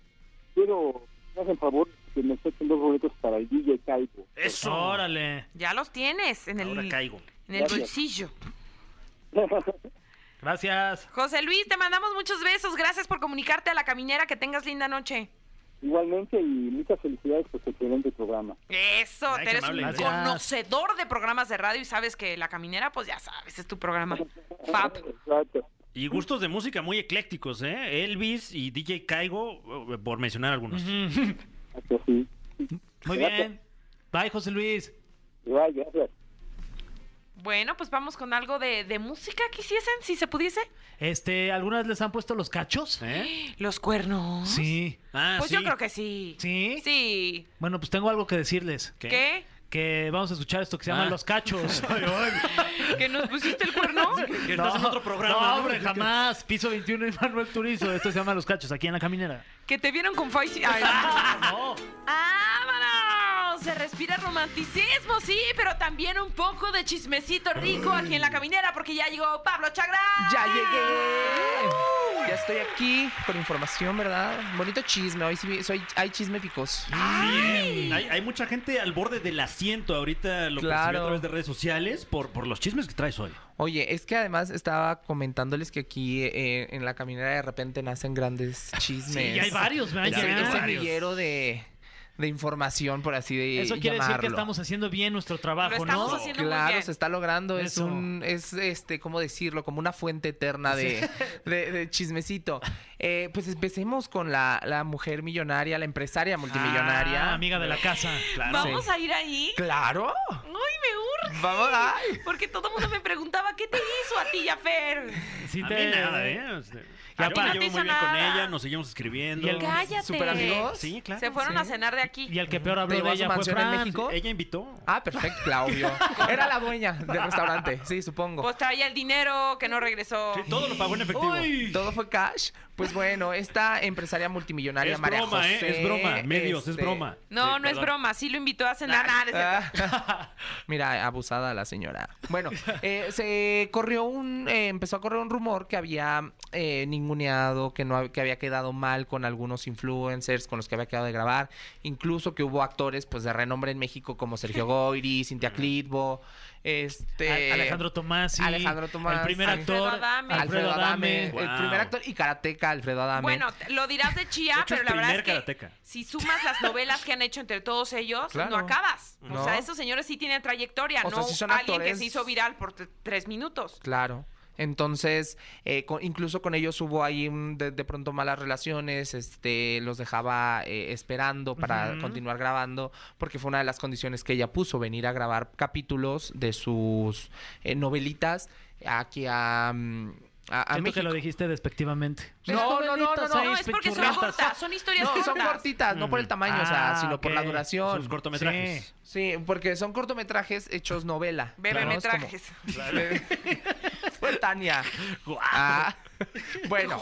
F: Quiero, me hacen favor, que me saquen dos boletos para el DJ Caipo.
C: Eso.
D: Órale.
B: Ya los tienes en
C: Ahora
B: el,
C: caigo.
B: en el
F: Gracias.
B: bolsillo.
D: Gracias.
B: José Luis, te mandamos muchos besos. Gracias por comunicarte a la caminera. Que tengas linda noche.
F: Igualmente, y muchas felicidades por su excelente programa.
B: Eso,
C: Ay,
B: te
C: qué
B: eres un
C: amable,
D: gracias.
B: conocedor de programas de radio y sabes que La Caminera, pues ya sabes, es tu programa. Fab.
F: Exacto.
C: Y gustos de música muy eclécticos, ¿eh? Elvis y DJ Caigo, eh, por mencionar algunos.
D: Ujú.
F: Así, sí.
D: Muy bien. Bye, José Luis.
F: Igual, gracias.
B: Bueno, pues vamos con algo de, de música que hiciesen, si se pudiese.
D: Este, ¿alguna vez les han puesto los cachos?
C: ¿Eh?
B: Los cuernos.
D: Sí.
C: Ah,
B: Pues
C: sí.
B: yo creo que sí.
D: ¿Sí?
B: Sí.
D: Bueno, pues tengo algo que decirles.
C: ¿Qué?
B: ¿Qué?
D: Que vamos a escuchar esto que se llama
C: Ah.
D: Los Cachos.
B: ¿Que nos pusiste el cuerno?
C: Que estás en otro programa.
D: No, hombre, jamás. Piso 21 y Manuel Turizo. Esto se llama Los Cachos, aquí en La Caminera.
B: ¿Que te vieron con Faisy?
D: No.
B: ¡Vámonos! Se respira romanticismo, sí, pero también un poco de
C: Mm.
B: chismecito rico aquí en La Caminera porque ya llegó Pablo Chagra.
D: ¡Ya llegué!
G: Ya estoy aquí con información, ¿verdad? Bonito chisme. Hoy sí vi- soy, hay chisme picoso.
C: Sí, ¿eh? hay, hay mucha gente al borde del asiento ahorita, lo percibí
G: Claro.
C: a través de redes sociales, por, por los chismes que traes hoy.
G: Oye, es que además estaba comentándoles que aquí eh, en la caminera de repente nacen grandes chismes.
D: Sí, ya hay varios, ¿verdad?
G: Ese-
D: Ya hay
G: ese
D: varios.
G: semillero de, de información, por así de
D: Eso quiere decir que
G: llamarlo.
D: estamos haciendo bien nuestro trabajo,
B: Lo estamos
D: ¿no?
B: haciendo- muy
G: Claro,
B: bien.
G: se está logrando. Es
D: Eso.
G: un, es este, ¿cómo decirlo? Como una fuente eterna de, de- de chismecito. Eh, pues empecemos con la, la mujer millonaria, la empresaria multimillonaria.
D: Ah, amiga de la casa.
B: Vamos a ir ahí.
G: Claro.
B: Ay, me urge.
G: Vamos, ay.
B: Porque todo el mundo me preguntaba, ¿qué te hizo a ti, Jafer?
D: Sí
C: A
D: te-
C: mí nada, ¿eh? O sea,
D: Ya
C: yo me
D: para-
B: No te
C: llevo
B: hizo
C: muy bien con
B: nada.
C: ella, nos seguimos escribiendo.
D: Y el-
B: Cállate.
G: ¿Super amigos?
C: Sí, claro.
B: Se fueron
G: sí.
B: a cenar de aquí.
D: Y el que peor habló de
G: ¿Te vas a
D: ella fue
G: mansión en
D: Fran.
G: México?
C: Ella invitó.
G: Ah, perfecto, obvio. Era la dueña del restaurante, sí, supongo.
B: Pues traía el dinero que no regresó.
C: Sí, todo lo pagó en efectivo.
G: Todo fue cash. Pues bueno, esta empresaria multimillonaria
C: Es
G: María
C: broma,
G: José.
C: ¿eh? Es broma. Medios, es
G: este,
C: broma.
B: No,
C: Sí,
B: no es
C: perdón.
B: broma. Sí lo invitó a cenar. Nada, es cierto.
G: Ah, Mira, abusada la señora. Bueno, eh, se corrió un, eh, empezó a correr un rumor que había eh, ninguneado, que no, hab- que había quedado mal con algunos influencers con los que había quedado de grabar, incluso que hubo actores pues de renombre en México como Sergio Goyri, Cintia Clitbo, este
D: A- Alejandro Tomás
G: Alejandro Tomás,
D: el primer
G: Alfredo
D: actor
B: Adame.
G: Alfredo Adame,
D: Adame.
G: el
C: Wow.
G: primer actor y karateca Alfredo Adame.
B: Bueno, te- lo dirás de chía,
C: Ah, De hecho,
B: pero
C: es
B: la verdad es
C: primer
B: que
C: karateca.
B: si sumas las novelas que han hecho entre todos ellos,
G: Claro.
B: no acabas. O
G: No.
B: sea, esos señores sí tienen trayectoria,
G: O sea,
B: no
G: sí son
B: alguien que
G: actores.
B: se hizo viral por t- tres minutos.
G: Claro. Entonces, eh, con- incluso con ellos hubo ahí un- de, de pronto malas relaciones, este, los dejaba eh, esperando para
D: Ujú.
G: continuar grabando, porque fue una de las condiciones que ella puso, venir a grabar capítulos de sus eh, novelitas aquí a, mm, a, a
D: Siento que
G: México.
D: lo dijiste despectivamente.
G: No, no, no, no,
B: No,
G: no,
B: es porque son
G: pichurrientas.
B: cortas, son historias
G: No, son
B: cortas.
G: cortitas, no por el tamaño, o sea,
D: Ah,
G: sino por la
D: ok.
G: duración.
C: Sus cortometrajes.
D: Sí.
G: Sí, porque son cortometrajes hechos novela. ¿no? Es como-
B: Bebemetrajes.
G: Fue Tania. Ah, bueno.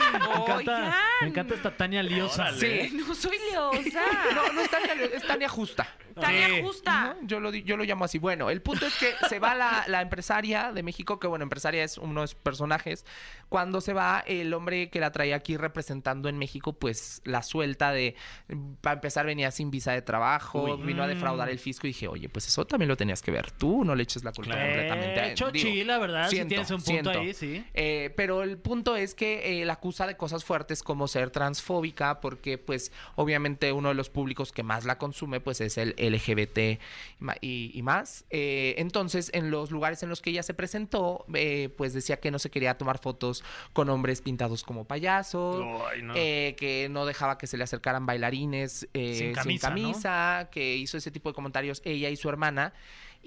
B: Oigan,
D: Me
B: oigan. Eh,
D: encanta, me encanta esta Tania liosa.
G: Sí.
B: No soy leosa.
G: este- No, no es Tania, es Tania Justa.
B: Tania
D: Sí.
B: Justa.
G: ¿no? Yo, lo, di- yo lo llamo así. Bueno, el punto es que se va la, la empresaria de México, que bueno, empresaria es uno de los personajes. Cuando se va, el hombre que la traía aquí representando en México, pues la suelta de, para empezar, venía sin visa de trabajo, vino a defraudar el fisco y dije, oye, pues eso también lo tenías que ver tú, no le eches la culpa completamente. a
D: Eh,
G: él".
D: Chochi,
G: Digo,
D: la verdad, si
G: siento,
D: tienes un punto
G: siento.
D: ahí, sí.
G: Eh, pero el punto es que eh, la acusa de cosas fuertes como ser transfóbica, porque pues obviamente uno de los públicos que más la consume pues es el LGBT y ma- y, y más. Eh, entonces en los lugares en los que ella se presentó eh, pues decía que no se quería tomar fotos con hombres pintados como payasos,
C: Ay, no.
G: eh, que no dejaba que se le acercaran bailarines eh,
D: Sin
G: sin
D: camisa,
G: camisa,
D: ¿no?
G: que hizo ese tipo de comentarios ella y su hermana.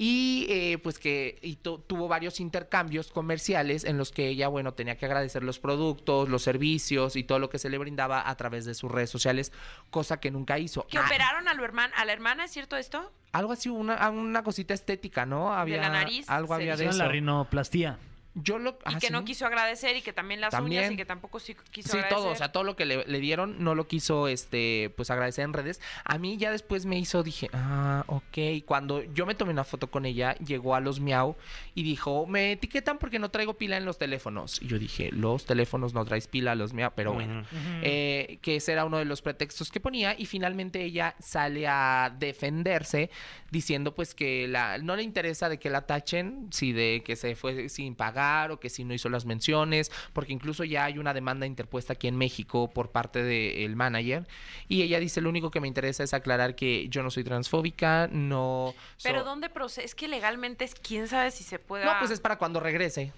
G: Y eh, pues que y tu- tuvo varios intercambios comerciales en los que ella, bueno, tenía que agradecer los productos, los servicios y todo lo que se le brindaba a través de sus redes sociales, cosa que nunca hizo.
B: Que
G: Ah,
B: operaron a, lo herman- a la hermana, ¿es cierto esto?
G: algo así, una, ah, una cosita estética, ¿no? Había,
B: la nariz,
G: Algo
B: se
G: había de
D: Hicieron la
G: eso.
D: rinoplastía.
G: Yo lo,
B: Y
G: ah,
B: que no
G: ¿sí?
B: quiso agradecer y que también las uñas
G: También.
B: y que tampoco sí quiso
G: Sí,
B: agradecer.
G: todo, o sea, todo lo que le, le dieron no lo quiso, este, pues agradecer en redes. A mí ya después me hizo, dije, ah, ok. Cuando yo me tomé una foto con ella, llegó a los miau y dijo, me etiquetan porque no traigo pila en los teléfonos. Y yo dije, los teléfonos no traes pila, los miau, pero bueno. Eh, que ese era uno de los pretextos que ponía y finalmente ella sale a defenderse diciendo pues que la, no le interesa de que la tachen, si de que se fue sin pagar o que si no hizo las menciones, porque incluso ya hay una demanda interpuesta aquí en México por parte del manager y ella dice lo único que me interesa es aclarar que yo no soy transfóbica, no...
B: Pero
G: so-
B: ¿dónde procede? Es que legalmente, es- quién sabe si se pueda...
G: No, pues es para cuando regrese,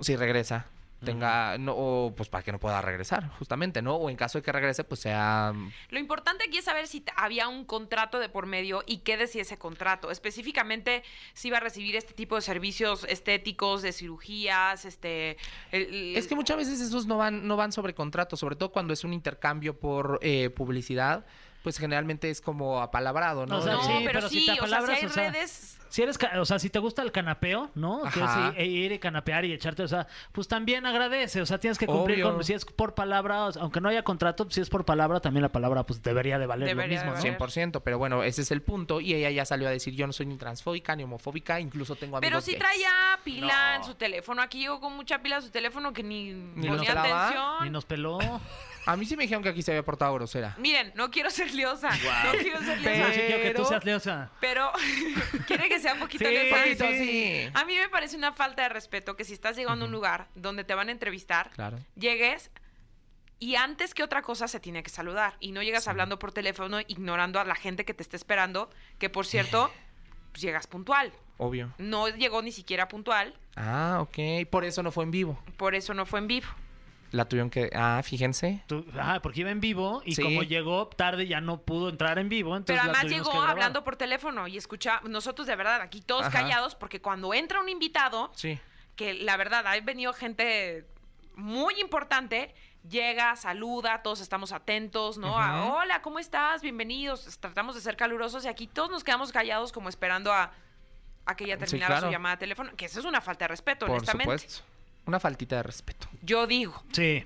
G: si regresa. Tenga, no, o pues para que no pueda regresar, justamente, ¿no? O en caso de que regrese, pues sea
B: Lo importante aquí es saber si t- había un contrato de por medio y qué decía ese contrato. Específicamente, si iba a recibir este tipo de servicios estéticos, de cirugías, este... el- el-
G: Es que muchas veces esos no van, no van sobre contrato, sobre todo cuando es un intercambio por eh, publicidad. pues generalmente es como apalabrado, ¿no?
D: O sea,
B: no,
D: sí,
B: pero,
D: pero si
B: sí,
D: te
B: o sea, si
D: apalabras,
B: hay
D: o sea,
B: redes.
D: Si eres, ca- o sea, si te gusta el canapeo, ¿no? Que
G: Ajá.
D: es i- e ir y canapear y echarte, o sea, pues también agradece, o sea, tienes que cumplir
G: Obvio.
D: con, si es por palabra, o sea, aunque no haya contrato, pues, si es por palabra, también la palabra, pues debería de valer
B: Debería
D: lo
B: de
D: mismo, ¿no?
B: valer.
G: 100%, pero bueno, ese es el punto. Y ella ya salió a decir, yo no soy ni transfóbica ni homofóbica, incluso tengo amigos
B: Pero sí
G: gays".
B: traía pila en
G: No.
B: su teléfono. Aquí llegó con mucha pila su teléfono que ni,
G: nos
B: ponía
G: daba,
D: Y
B: atención.
D: nos peló.
G: A mí sí me dijeron que aquí se había portado grosera.
B: Miren, no quiero ser liosa. No quiero ser
D: O sea,
B: liosa.
D: sí quiero que tú
G: Pero-
D: seas leosa.
B: Pero quiere que sea un poquito
D: Sí,
B: liosa.
G: Poquito,
D: sí.
G: sí.
B: A mí me parece una falta de respeto que si estás llegando a un lugar donde te van a entrevistar,
G: Claro.
B: llegues y antes que otra cosa se tiene que saludar y no llegas hablando por teléfono ignorando a la gente que te está esperando, que por cierto, pues llegas puntual.
G: Obvio.
B: No llegó ni siquiera puntual,
G: Ah, ok. Por eso no fue en vivo.
B: por eso no fue en vivo.
G: La tuvieron que... Ah, fíjense.
D: Tú- ah, porque iba en vivo y
G: Sí.
D: como llegó tarde ya no pudo entrar en vivo, entonces
B: Pero
D: la
B: además
D: tuvimos
B: llegó
D: que grabar.
B: hablando por teléfono y escucha, nosotros de verdad aquí todos
G: Ajá.
B: callados porque cuando entra un invitado,
G: Sí.
B: que la verdad ha venido gente muy importante, llega, saluda, todos estamos atentos, ¿no? A,
G: Ujú.
B: Hola, ¿cómo estás? Bienvenidos. Tratamos de ser calurosos y aquí todos nos quedamos callados como esperando a, a que ya
G: Sí,
B: terminara
G: claro.
B: su llamada de teléfono, que esa es una falta de respeto,
G: Por
B: honestamente.
G: supuesto. Una faltita de respeto.
B: Yo digo,
D: Sí.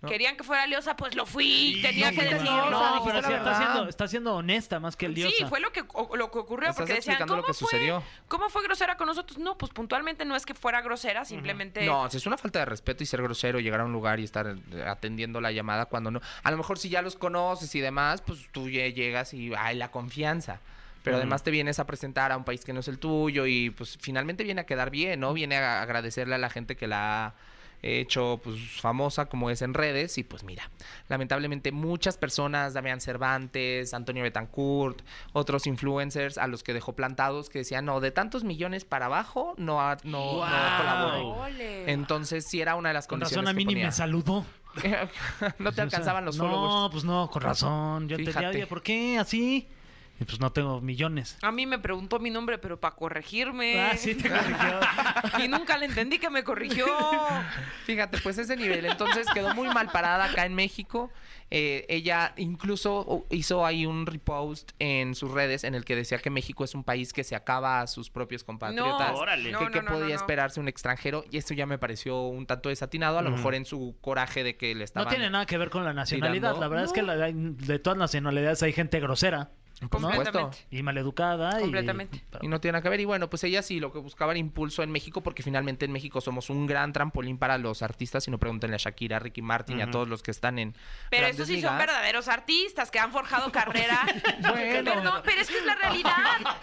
G: No.
B: querían que fuera liosa, pues lo fui, tenía
G: no,
B: que
G: pues,
B: decirlo.
G: no,
D: No,
G: dijiste
D: pero
G: la
D: sí, está
G: verdad.
D: siendo, está siendo honesta más que el diosa.
B: Sí, fue lo que, o- lo que ocurrió,
G: Estás
B: porque decían,
G: explicando
B: ¿cómo
G: lo que sucedió.
B: fue? ¿Cómo fue grosera con nosotros? No, pues puntualmente no es que fuera grosera, simplemente...
G: No, o sea, es una falta de respeto y ser grosero, llegar a un lugar y estar eh, atendiendo la llamada cuando no. A lo mejor si ya los conoces y demás, pues tú ya llegas y hay la confianza. Pero además te vienes a presentar a un país que no es el tuyo y pues finalmente viene a quedar bien, ¿no? Viene a agradecerle a la gente que la ha hecho pues famosa como es en redes y pues mira, lamentablemente muchas personas, Damián Cervantes, Antonio Betancourt, otros influencers a los que dejó plantados que decían, no, de tantos millones para abajo no, ha- no, no colaboro".
D: Wow.
B: Ole.
G: Entonces, sí era una de las
D: Con
G: condiciones
D: razón a mí
G: que
D: ni me
G: ponía.
D: saludó. Pues, o
G: no te
D: sea,
G: alcanzaban los
D: No,
G: followers.
D: pues no, con razón. Yo te
G: Fíjate.
D: oye, ¿por qué así? Y pues no tengo millones.
B: A mí me preguntó mi nombre, pero para
G: Eh.
B: corregirme.
D: Ah, sí, te corrigió.
B: Y nunca le entendí que me corrigió.
G: Fíjate, pues ese nivel. Entonces, quedó muy mal parada acá en México. Eh, ella incluso o- hizo ahí un repost en sus redes en el que decía que México es un país que se acaba a sus propios compatriotas.
C: Órale.
G: Que,
B: No, no,
G: que
B: no, no,
G: podía
B: no.
G: esperarse un extranjero. Y esto ya me pareció un tanto desatinado. A lo
C: Ujú.
G: mejor en su coraje de que le
D: No
G: estaban...
D: tiene nada que ver con la nacionalidad.
G: Tirando.
D: La verdad es que
G: No.
D: la- hay- de todas las nacionalidades hay gente grosera
G: Por supuesto.
B: Completamente.
D: y maleducada. y-
B: Completamente.
D: pero-
G: Y no tiene nada que ver. Y bueno, pues ella sí, lo que buscaba era impulso en México, porque finalmente en México somos un gran trampolín para los artistas. Y no pregúntenle a Shakira, a Ricky Martin y a
C: Ujú.
G: todos los que están en.
B: Pero
G: grandes
B: esos sí son
G: ligas.
B: verdaderos artistas que han forjado carrera.
G: Bueno.
B: Perdón, pero es que es la realidad.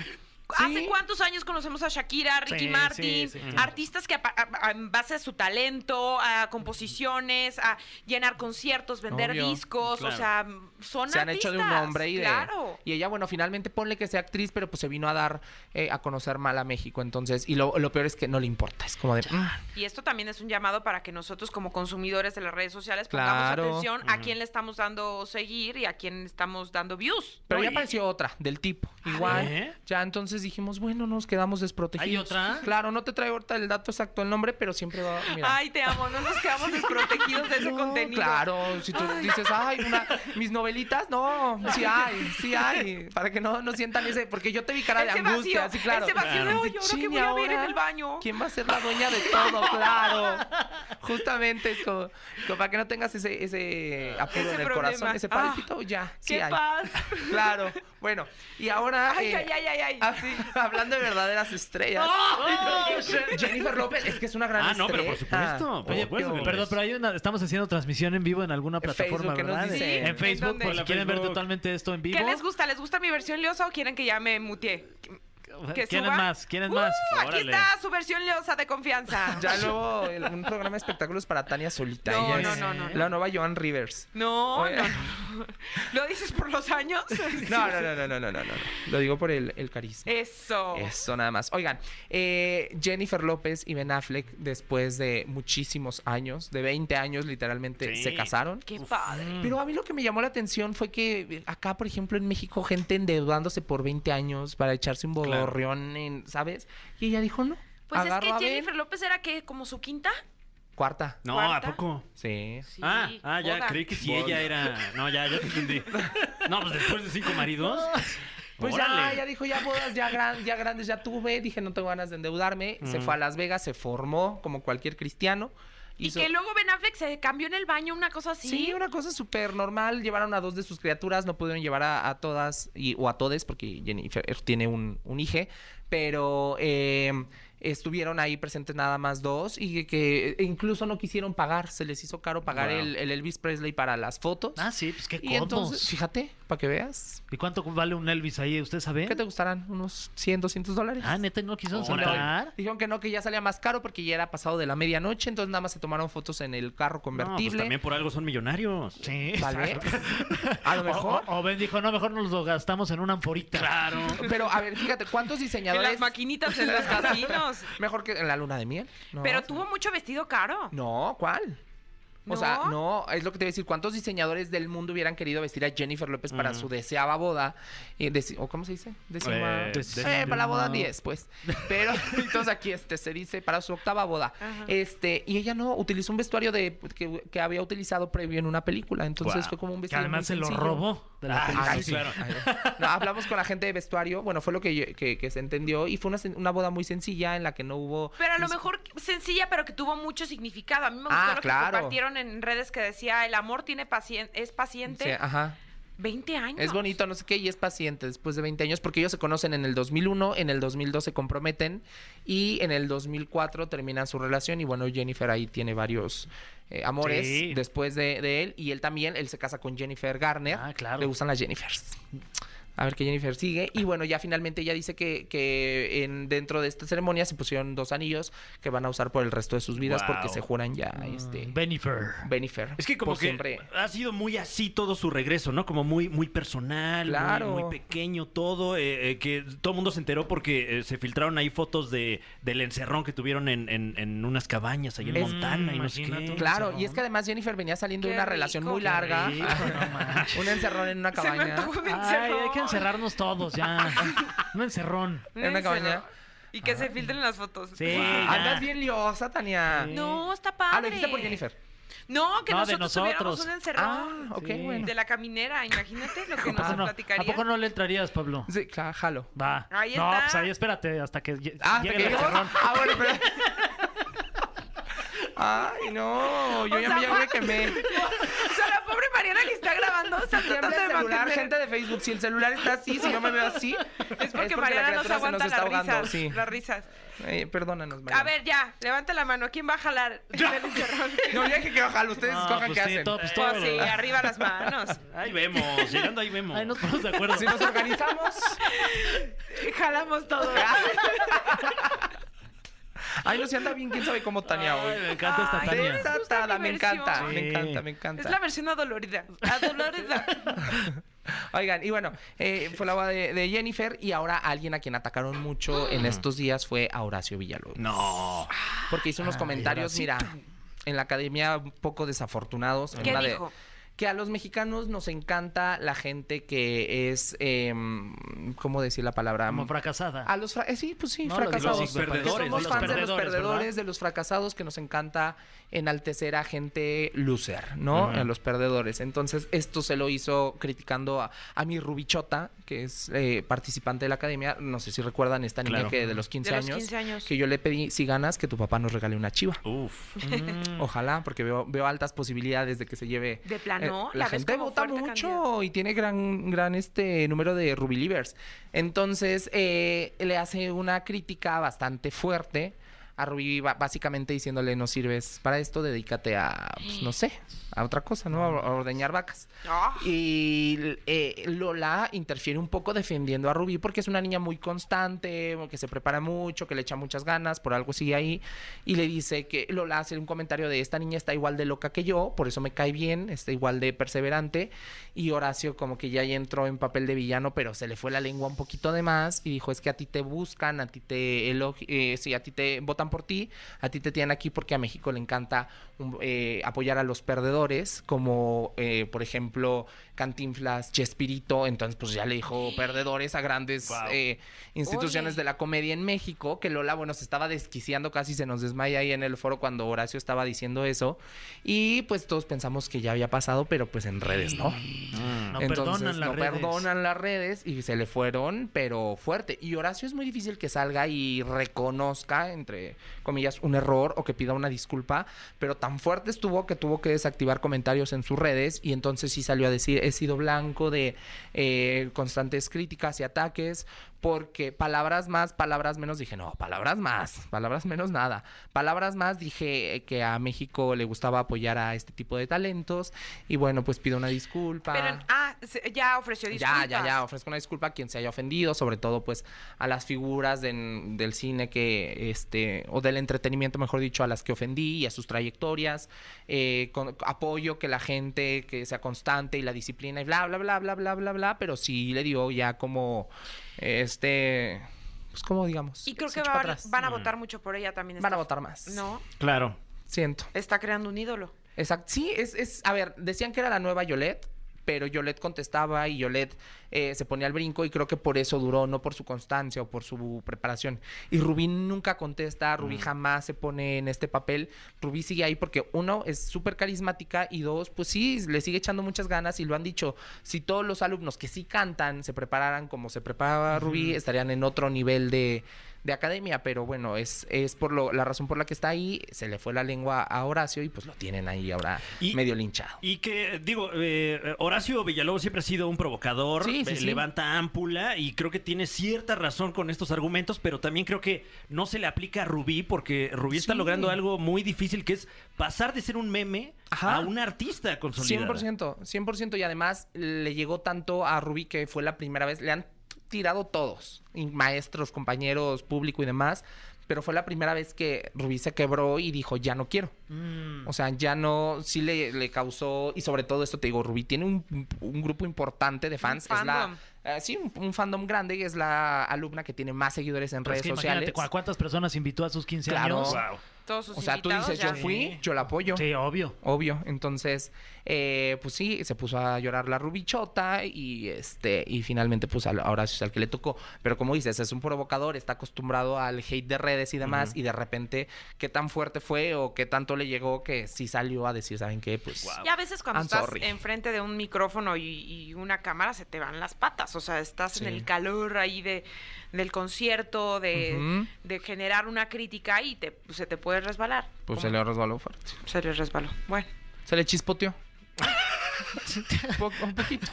B: ¿Hace
G: Sí.
B: cuántos años conocemos a Shakira, a Ricky
D: Sí,
B: Martin?
D: sí, sí, sí.
B: Artistas que apa- a- a- en base a su talento, a composiciones, a llenar conciertos, vender
G: Obvio,
B: discos,
C: claro.
B: o sea, son
G: Se han
B: artistas.
G: hecho de un hombre y de.
B: Claro.
G: Y ella, bueno, finalmente ponle que sea actriz, pero pues se vino a dar eh, a conocer mal a México. Entonces, y lo, lo peor es que no le importa. Es como de. "Mm,
B: Y esto también es un llamado para que nosotros como consumidores de las redes sociales pongamos
G: Claro.
B: atención a quién le estamos dando seguir y a quién estamos dando views.
G: Pero
D: No,
G: ya
D: y-
G: apareció otra, del tipo.
B: Ah,
G: Igual.
D: ¿Eh?
G: Ya entonces dijimos, bueno, nos quedamos desprotegidos.
D: ¿Hay otra?
G: Claro, no te traigo ahorita el dato exacto, el nombre, pero siempre va. Mira.
B: Ay, te amo, no nos quedamos desprotegidos de ese
G: No,
B: contenido.
G: Claro, si tú dices, ay, una- mis novelitas, no, sí hay, sí hay, para que no, no sientan ese, porque yo te vi cara de
B: Ese
G: angustia,
B: vacío,
G: sí, claro.
B: ese vacío de,
G: Claro.
B: "Ay, ¿ahora qué
G: Chin,
B: voy a ver en
G: ahora,
B: el baño?"
G: ¿Quién va a ser la dueña de todo? Claro. Justamente es como, como para que no tengas ese, ese apuro
B: Ese
G: en el
B: problema.
G: corazón, ese
B: Ah,
G: paratito, ya, sí
B: ¡Qué
G: hay.
B: paz!
G: Claro, bueno, y ahora...
B: Ay,
G: eh,
B: ay, ay, ay, ay.
G: así, hablando de verdaderas estrellas.
B: ¡Oh!
G: Jennifer López, es que es una gran
C: Ah, no,
G: estrella.
C: pero por supuesto, por
D: Oye,
C: supuesto que lo
D: pues, perdón,
C: es.
D: pero hay una, estamos haciendo transmisión en vivo en alguna plataforma,
G: Facebook, ¿qué nos
D: ¿verdad?
G: dice?
D: En
B: Sí,
D: Facebook,
B: ¿en dónde?
D: por si
C: Hola,
D: quieren ver
C: Facebook.
D: totalmente esto en vivo.
B: ¿Qué les gusta? ¿Les gusta mi versión liosa o quieren que ya me mutee? que
D: ¿Quieren
B: suba?
D: más? ¿Quieren
B: ¡Uh!
D: más?
B: Aquí
C: Órale.
B: está su versión liosa de confianza.
G: Ya luego el- un programa de espectáculos para Tania Solita.
B: No,
G: ella
B: no,
G: es
B: no, no, no.
G: La nueva Joan Rivers.
B: No,
G: Oye.
B: no, no. ¿Lo dices por los años?
G: No, no, no, no, no, no, no, no. Lo digo por el, el carisma.
B: Eso.
G: Eso nada más. Oigan, eh, Jennifer López y Ben Affleck, después de muchísimos años, de 20 años literalmente,
C: Sí.
G: se casaron.
B: Qué padre.
G: Pero a mí lo que me llamó la atención fue que eh, acá, por ejemplo, en México, gente endeudándose por 20 años para echarse un bodorrión, en- ¿sabes? Y ella dijo no.
B: Pues
G: agarro
B: es
G: a
B: que
G: Ben.
B: Jennifer López era que como su quinta.
G: Cuarta.
C: No, ¿a
B: ¿Cuarta?
C: poco?
G: Sí.
B: Sí,
C: ah, ah, ya,
B: boda.
C: creí que si ella era. No, ya, ya te entendí. No, pues después de cinco maridos.
G: Pues ya,
C: Órale.
G: ya dijo, ya bodas, ya, gran- ya grandes, ya tuve. Dije, no tengo ganas de endeudarme. Se fue a Las Vegas, se formó como cualquier cristiano.
B: Y
G: hizo-
B: que luego Ben Affleck se cambió en el baño, una cosa así.
G: Sí, una cosa súper normal. Llevaron a dos de sus criaturas, no pudieron llevar a, a todas y, o a todes, porque Jennifer tiene un, un hije, pero eh, estuvieron ahí presentes nada más dos y que, que e incluso no quisieron pagar, se les hizo caro pagar
C: Wow.
G: el, el Elvis Presley para las fotos.
D: Ah, sí, pues qué
G: y
D: codos.
G: entonces, fíjate, para que veas,
D: ¿Y cuánto vale un Elvis ahí? ¿Usted sabe?
G: ¿qué te gustarán? ¿Unos 100, 200 dólares?
D: ¿Eh? Ah, neta, no quiso
C: Órale.
D: sacar.
G: Dijeron que no, que ya salía más caro porque ya era pasado de la medianoche, entonces nada más se tomaron fotos en el carro
C: No, pues
G: convertible.
C: también por algo son millonarios.
D: Sí.
G: Tal vez. A lo
D: O-
G: mejor.
D: O, o Ben dijo, no, mejor nos lo gastamos en una anforita. Claro.
G: Pero a ver, fíjate, ¿cuántos
B: En
G: diseñadores?
B: las maquinitas, en los casinos.
G: Mejor que en la luna de miel. No,
B: Pero
G: sí.
B: tuvo mucho vestido caro.
G: No, ¿cuál? O sea,
B: ¿No?
G: no, es lo que te voy a decir. ¿Cuántos diseñadores del mundo hubieran querido vestir a Jennifer López para su deseaba boda? Eh, deci- ¿O cómo se dice? Decima-
C: Eh,
G: Eh, para la boda
D: decima-
G: 10, pues. Pero entonces aquí este se dice para su octava boda.
B: Ajá.
G: Este, y ella no utilizó un vestuario de que, que había utilizado previo en una película. Entonces
C: Guau.
G: fue como
D: Que
G: un vestuario. muy
D: además se lo
G: sencillo.
D: robó. Ah, de la
G: Ay,
D: película.
G: sí, Ay, no, hablamos con la gente de vestuario. Bueno, fue lo que, yo- que, que se entendió. Y fue una, sen- una boda muy sencilla en la que no hubo. pues,
B: Pero a lo
G: ni-
B: mejor sencilla, pero que tuvo mucho significado. A mí me gustó
G: Ah,
B: lo que
G: claro.
B: compartieron en redes que decía, el amor tiene pacien es paciente.
G: Sí, ajá.
B: 20 años.
G: Es bonito, no sé qué, y es paciente después de 20 años, porque ellos se conocen en el 2001, en el 2002 se comprometen y en el 2004 terminan su relación. Y bueno, Jennifer ahí tiene varios eh, amores
D: Sí.
G: después de, de él, y él también, él se casa con Jennifer Garner.
D: Ah, claro.
G: Le gustan las Jennifers. A ver qué Jennifer sigue. Y bueno, ya finalmente ella dice que, que en, dentro de esta ceremonia se pusieron dos anillos que van a usar por el resto de sus vidas porque
C: Guau.
G: se juran ya, este,
D: Benifer.
G: Jennifer.
C: Es que como
G: por
C: que
G: siempre.
C: ha sido muy así todo su regreso, ¿no? Como muy, muy personal, muy-
G: Claro.
C: muy, pequeño todo, eh, eh, que todo el mundo se enteró porque eh, se filtraron ahí fotos de, del encerrón que tuvieron en, en- en unas cabañas ahí en
G: Es-
C: Montana y no sé
D: imagínate
C: qué.
D: un
G: Claro,
D: encerrón.
G: y es que además Jennifer venía saliendo de
B: Qué
G: una relación
B: rico.
G: muy
B: Qué
G: larga.
D: rico, no manches.
G: un encerrón en una
B: Se me
G: cabaña.
B: antojó un
D: Ay, hay que
B: encerrón.
D: encerrarnos todos ya. Un encerrón.
B: Un
G: en una cabaña.
B: encerrón. Y que se filtren las fotos.
D: Sí. ya.
G: Andas bien liosa, Tania.
B: No, está padre.
G: Ah, lo dijiste por Jennifer.
B: No, que
D: No, de
B: nosotros, tuviéramos
D: nosotros.
B: un
G: Ah,
B: encerrón
G: ok,
D: Sí.
G: bueno.
B: de la caminera. Imagínate lo que
D: ¿A
B: nos
D: poco, no, ¿A
B: platicaría.
D: poco no le entrarías, Pablo?
G: Sí, claro, jalo.
D: Va.
B: Ahí
D: no,
B: está.
D: pues ahí espérate hasta que lle-
G: Ah,
D: llegue
G: ¿te
D: el
G: quedó?
D: encerrón.
G: Ah, bueno, pero... Ay, no, yo
B: O
G: ya,
B: sea,
G: me- ya me quemé.
B: O sea, la pobre Mariana que está grabando, o sea,
G: Siempre
B: tratando
G: el
B: de
G: celular,
B: mantener...
G: gente de Facebook, si el celular está así, si yo me veo así,
B: Es porque, Mariana no se
G: criatura
B: aguanta las risas.
G: sí.
B: Las risas.
G: Eh, perdónanos, Mariana.
B: A ver, ya, levanta la mano. ¿Quién va a jalar del encerrón?
G: No, ya dije que ojalá ustedes
D: No,
G: escojan
D: pues
G: qué
D: sí,
G: hacen. Oh,
D: todo, pues todo.
B: Pues sí, arriba las manos.
C: Ahí vemos, llegando ahí vemos.
D: Ahí nos ponemos de acuerdo.
G: Si nos organizamos.
B: Jalamos todo.
G: Ay, Lucía anda bien, quién sabe cómo Tania
D: Ay, me
G: hoy.
D: encanta esta
B: Ay,
D: Tania.
B: esa-
G: Desatada, me encanta,
B: Sí.
G: me encanta, me encanta.
B: Es la versión adolorida. Adolorida.
G: Oigan, y bueno, eh, fue la boda de, de Jennifer y ahora alguien a quien atacaron mucho en estos días fue a Horacio Villalobos.
C: No.
G: Porque hizo unos comentarios, mira, en la academia un poco desafortunados. en
B: ¿Qué
G: una de-
B: dijo?
G: que a los mexicanos nos encanta la gente que es, eh, ¿cómo decir la palabra?
D: Como fracasada.
G: A los fra- eh, sí, pues sí,
D: No, los-
G: fracasados.
C: los
G: Que
C: perdedores,
G: Somos
C: ¿no? Los
G: fans de los
D: perdedores,
G: perdedores,
D: ¿verdad?
G: de los fracasados, que nos encanta enaltecer a gente loser, ¿no? A los perdedores. Entonces, esto se lo hizo criticando a, a mi Rubichota, que es eh, participante de la academia. No sé si recuerdan esta niña
C: Claro.
G: que de los 15
B: De los
G: años.
B: 15 años.
G: Que yo le pedí, si ganas, que tu papá nos regale una chiva.
C: Uf. Mm,
G: Ojalá, porque veo, veo altas posibilidades de que se lleve.
B: De plano,
G: Eh, la
B: ¿la ves
G: gente
B: como
G: vota
B: fuerte
G: mucho
B: candidata?
G: y tiene gran, gran este número de Ruby Livers. Entonces, eh, le hace una crítica bastante fuerte a Ruby, ba- básicamente diciéndole: No sirves para esto, dedícate a, pues, no sé, a otra cosa, ¿no? A, a ordeñar vacas.
B: Ah.
G: Y eh, Lola interfiere un poco defendiendo a Rubí porque es una niña muy constante, que se prepara mucho, que le echa muchas ganas, por algo sigue ahí. Y le dice que Lola hace un comentario de esta niña está igual de loca que yo, por eso me cae bien, está igual de perseverante. Y Horacio como que ya ahí entró en papel de villano, pero se le fue la lengua un poquito de más y dijo es que a ti te buscan, a ti te elogi- eh, sí, a ti te votan por ti, a ti te tienen aquí porque a México le encanta um, eh, apoyar a los perdedores actores, como eh, por ejemplo Cantinflas, Chespirito, entonces pues ya le dijo perdedores a grandes eh, instituciones
B: Ole.
G: de la comedia en México, que Lola, bueno, se estaba desquiciando, casi se nos desmaya ahí en el foro cuando Horacio estaba diciendo eso, y pues todos pensamos que ya había pasado, pero pues en redes, ¿no?
D: No
G: Entonces,
D: perdonan las
G: no
D: redes.
G: perdonan las redes y se le fueron, pero fuerte. Y Horacio es muy difícil que salga y reconozca, entre comillas, un error o que pida una disculpa, pero tan fuerte estuvo que tuvo que desactivar comentarios en sus redes y entonces sí salió a decir, he sido blanco de eh, constantes críticas y ataques, porque palabras más, palabras menos, dije, no, palabras más, palabras menos nada. Palabras más, dije eh, que a México le gustaba apoyar a este tipo de talentos y bueno, pues pido una disculpa.
B: Pero, ah, se- ya ofreció
G: Ya,
B: disculpas.
G: ya, ya, ofrezco una disculpa a quien se haya ofendido, sobre todo pues a las figuras del, del cine que, este, o del entretenimiento, mejor dicho, a las que ofendí y a sus trayectorias, Eh, con- apoyo que la gente que sea constante y la disciplina y bla, bla, bla, bla, bla, bla, bla, pero sí le dio ya como, este, pues como digamos.
B: Y creo
G: se
B: que
G: echó
B: va-
G: para atrás.
B: van a votar mucho por ella también.
G: Mm. Van a
B: esta-
G: votar más.
B: No,
C: Claro.
G: Siento.
B: está creando un ídolo.
G: Exacto. Sí, es, es, a ver, decían que era la nueva Yolette, pero Yolette contestaba y Yolette eh, se ponía al brinco y creo que por eso duró, no por su constancia o por su preparación. Y Rubí nunca contesta, Rubí jamás se pone en este papel. Rubí sigue ahí porque uno, es súper carismática y dos, pues sí, le sigue echando muchas ganas y lo han dicho, si todos los alumnos que sí cantan se prepararan como se preparaba Rubí, estarían en otro nivel de, de academia, pero bueno, es, es por lo, la razón por la que está ahí, se le fue la lengua a Horacio y pues lo tienen ahí ahora
C: Y-
G: medio linchado.
C: Y que, digo, eh, Horacio Villalobos siempre ha sido un provocador,
G: Sí, sí,
C: eh,
G: sí.
C: levanta ámpula y creo que tiene cierta razón con estos argumentos, pero también creo que no se le aplica a Rubí porque Rubí está
G: Sí.
C: logrando algo muy difícil que es pasar de ser un meme
G: Ajá.
C: a un artista consolidada.
G: 100%, 100% y además le llegó tanto a Rubí que fue la primera vez, le han tirado todos, y maestros, compañeros, público y demás, pero fue la primera vez que Rubí se quebró y dijo, ya no quiero.
D: Mm.
G: O
D: Pues
G: sea, ya no, sí le, le causó, y sobre todo esto te digo, Rubí tiene un, un grupo importante de fans, es la...
B: fandom.
G: eh, sí, un, un fandom grande y es la alumna que tiene más seguidores en
D: Pero Pues es
G: redes
D: que
G: sociales.
D: imagínate cu- a cuántas personas invitó a sus 15
G: Claro.
D: años.
C: Wow.
B: Todos sus
G: O sea, tú
B: invitados
G: dices,
B: ya.
G: yo fui, yo la apoyo.
D: Sí, obvio.
G: Obvio. Entonces, eh, pues sí, se puso a llorar la rubichota y este, y finalmente, pues al- ahora sí es al que le tocó. Pero como dices, es un provocador, está acostumbrado al hate de redes y demás, y de repente, qué tan fuerte fue o qué tanto le llegó que sí salió a decir, ¿saben qué? Pues.
B: Y a veces cuando
G: I'm
B: estás
G: sorry.
B: enfrente de un micrófono y, y una cámara se te van las patas, o sea, estás en
G: Sí.
B: el calor ahí de, del concierto, de,
G: ujú,
B: de generar una crítica y te, se te puede resbalar.
G: Pues
B: Como-
G: se le resbaló fuerte.
B: se le resbaló. Bueno,
G: Se le chispoteó. Po- un poquito.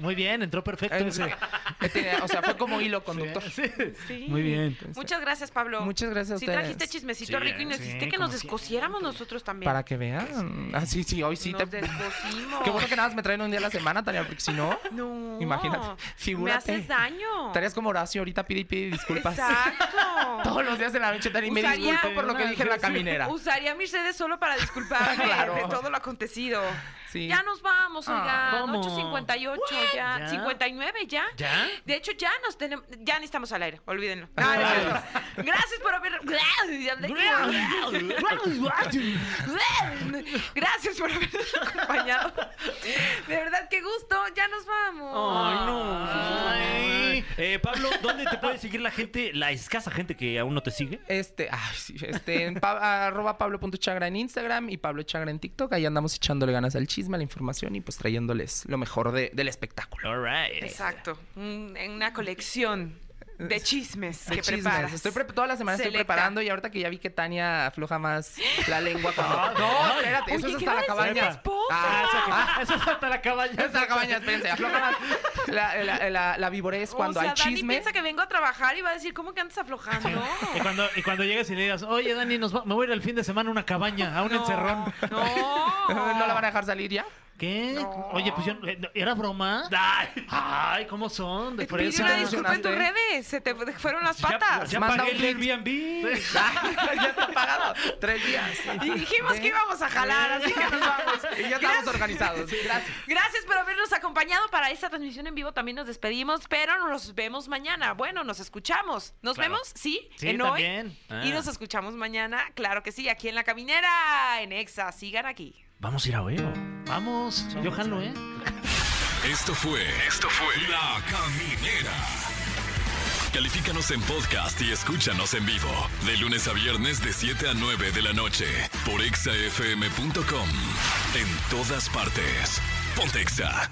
D: Muy bien, entró perfecto
G: Eh,
D: ese.
G: eh, tiene- O sea, fue como hilo conductor.
D: Sí.
B: sí.
D: Muy bien.
B: Muchas gracias, Pablo.
G: Muchas gracias a
B: Sí,
G: ustedes.
B: trajiste chismecito
C: Sí,
B: rico y nos
D: sí,
B: hiciste que
D: como
B: nos descosiéramos nosotros también.
G: Para que vean. Ah, sí, sí, hoy sí
B: nos
G: te.
B: descosimos.
G: Qué bueno que nada más me traen un día a la semana, Tania, porque si no.
B: No.
G: Imagínate, figúrate.
B: Me haces daño.
G: Estarías como Horacio ahorita pide y pide disculpas.
B: Exacto.
G: Todos los días en la noche Tania, y me
B: Usaría
G: disculpo por lo que
D: una-
G: dije en la caminera.
B: Usaría mis redes solo para disculparme
G: Claro.
B: de todo lo acontecido.
G: Sí.
B: Ya nos vamos,
G: Ah,
B: oigan.
D: ¿cómo?
B: 8.58 ya.
D: ¿Ya?
B: 59 ya.
D: ¿Ya?
B: De hecho, ya nos tenemos, ya ni estamos al aire, olvídenlo.
G: Ah,
B: No, no es cierto. Gracias por haber. Gracias por haber acompañado. De verdad, qué gusto. Ya nos vamos.
C: Ay, no.
D: Ay.
C: Eh, Pablo, ¿dónde te puede seguir la gente, la escasa gente que aún no te sigue?
G: Este, ay, sí, este, en pa- arroba pablo.chagra en Instagram y Pablo Chagra en TikTok. Ahí andamos echándole ganas al chisme, a la información y pues trayéndoles lo mejor de- del espectáculo.
C: All right.
B: Exacto. Un- en una colección de chismes
G: De
B: que
G: chismes.
B: preparas.
G: Estoy pre- toda la semana estoy
B: Selecta.
G: preparando y ahorita que ya vi que Tania afloja más la lengua cuando... No, espérate, eso
B: Ah, Oye,
G: es
B: ¿qué
G: hasta
B: va
G: la
B: a decir mi
G: cabaña.
B: esposa?
G: Ah, eso que-
D: Eso es hasta la cabaña.
G: Es la cabaña, espérense, afloja más. La, la, la- la viborez cuando
B: o sea,
G: hay chisme.
B: Dani piensa que vengo a trabajar y va a decir, ¿cómo que andas aflojando?
D: Y cuando, y cuando llegues y le digas, oye Dani, nos va- me voy a ir al fin de semana a una cabaña, a un
B: No,
D: encerrón.
B: No.
G: ¿No la van a dejar salir ya?
D: ¿Qué?
B: No.
D: Oye, pues yo, eh, ¿era broma?
C: Ay.
D: Ay, ¿cómo son? De
B: Te
G: Por
B: Pide
G: eso
B: una
G: te
B: disculpa en tus
G: emocionaste.
B: redes. Se te fueron las
C: Ya-
B: patas.
C: Ya,
G: Manda
C: pagué
G: un
C: el Airbnb.
G: ya está pagado. Tres días.
B: Y dijimos
G: ¿Eh?
B: que íbamos a jalar, así que nos vamos.
G: Y ya estamos organizados. Gracias.
B: Gracias por habernos acompañado para esta transmisión en vivo. También nos despedimos, pero nos vemos mañana. Bueno, nos escuchamos. ¿Nos
C: Claro. Ah.
B: vemos? Sí,
D: Sí,
B: en hoy.
D: también.
B: Y nos escuchamos mañana, claro que sí, aquí en La Caminera, en Exa. Sigan aquí.
C: Vamos a ir a Oeo.
D: Vamos, yo jalo, ¿eh?
A: Esto fue. Esto fue. La Caminera. Califícanos en podcast y escúchanos en vivo. De lunes a viernes, de 7 a 9 de la noche. Por exafm.com. En todas partes. Pontexa.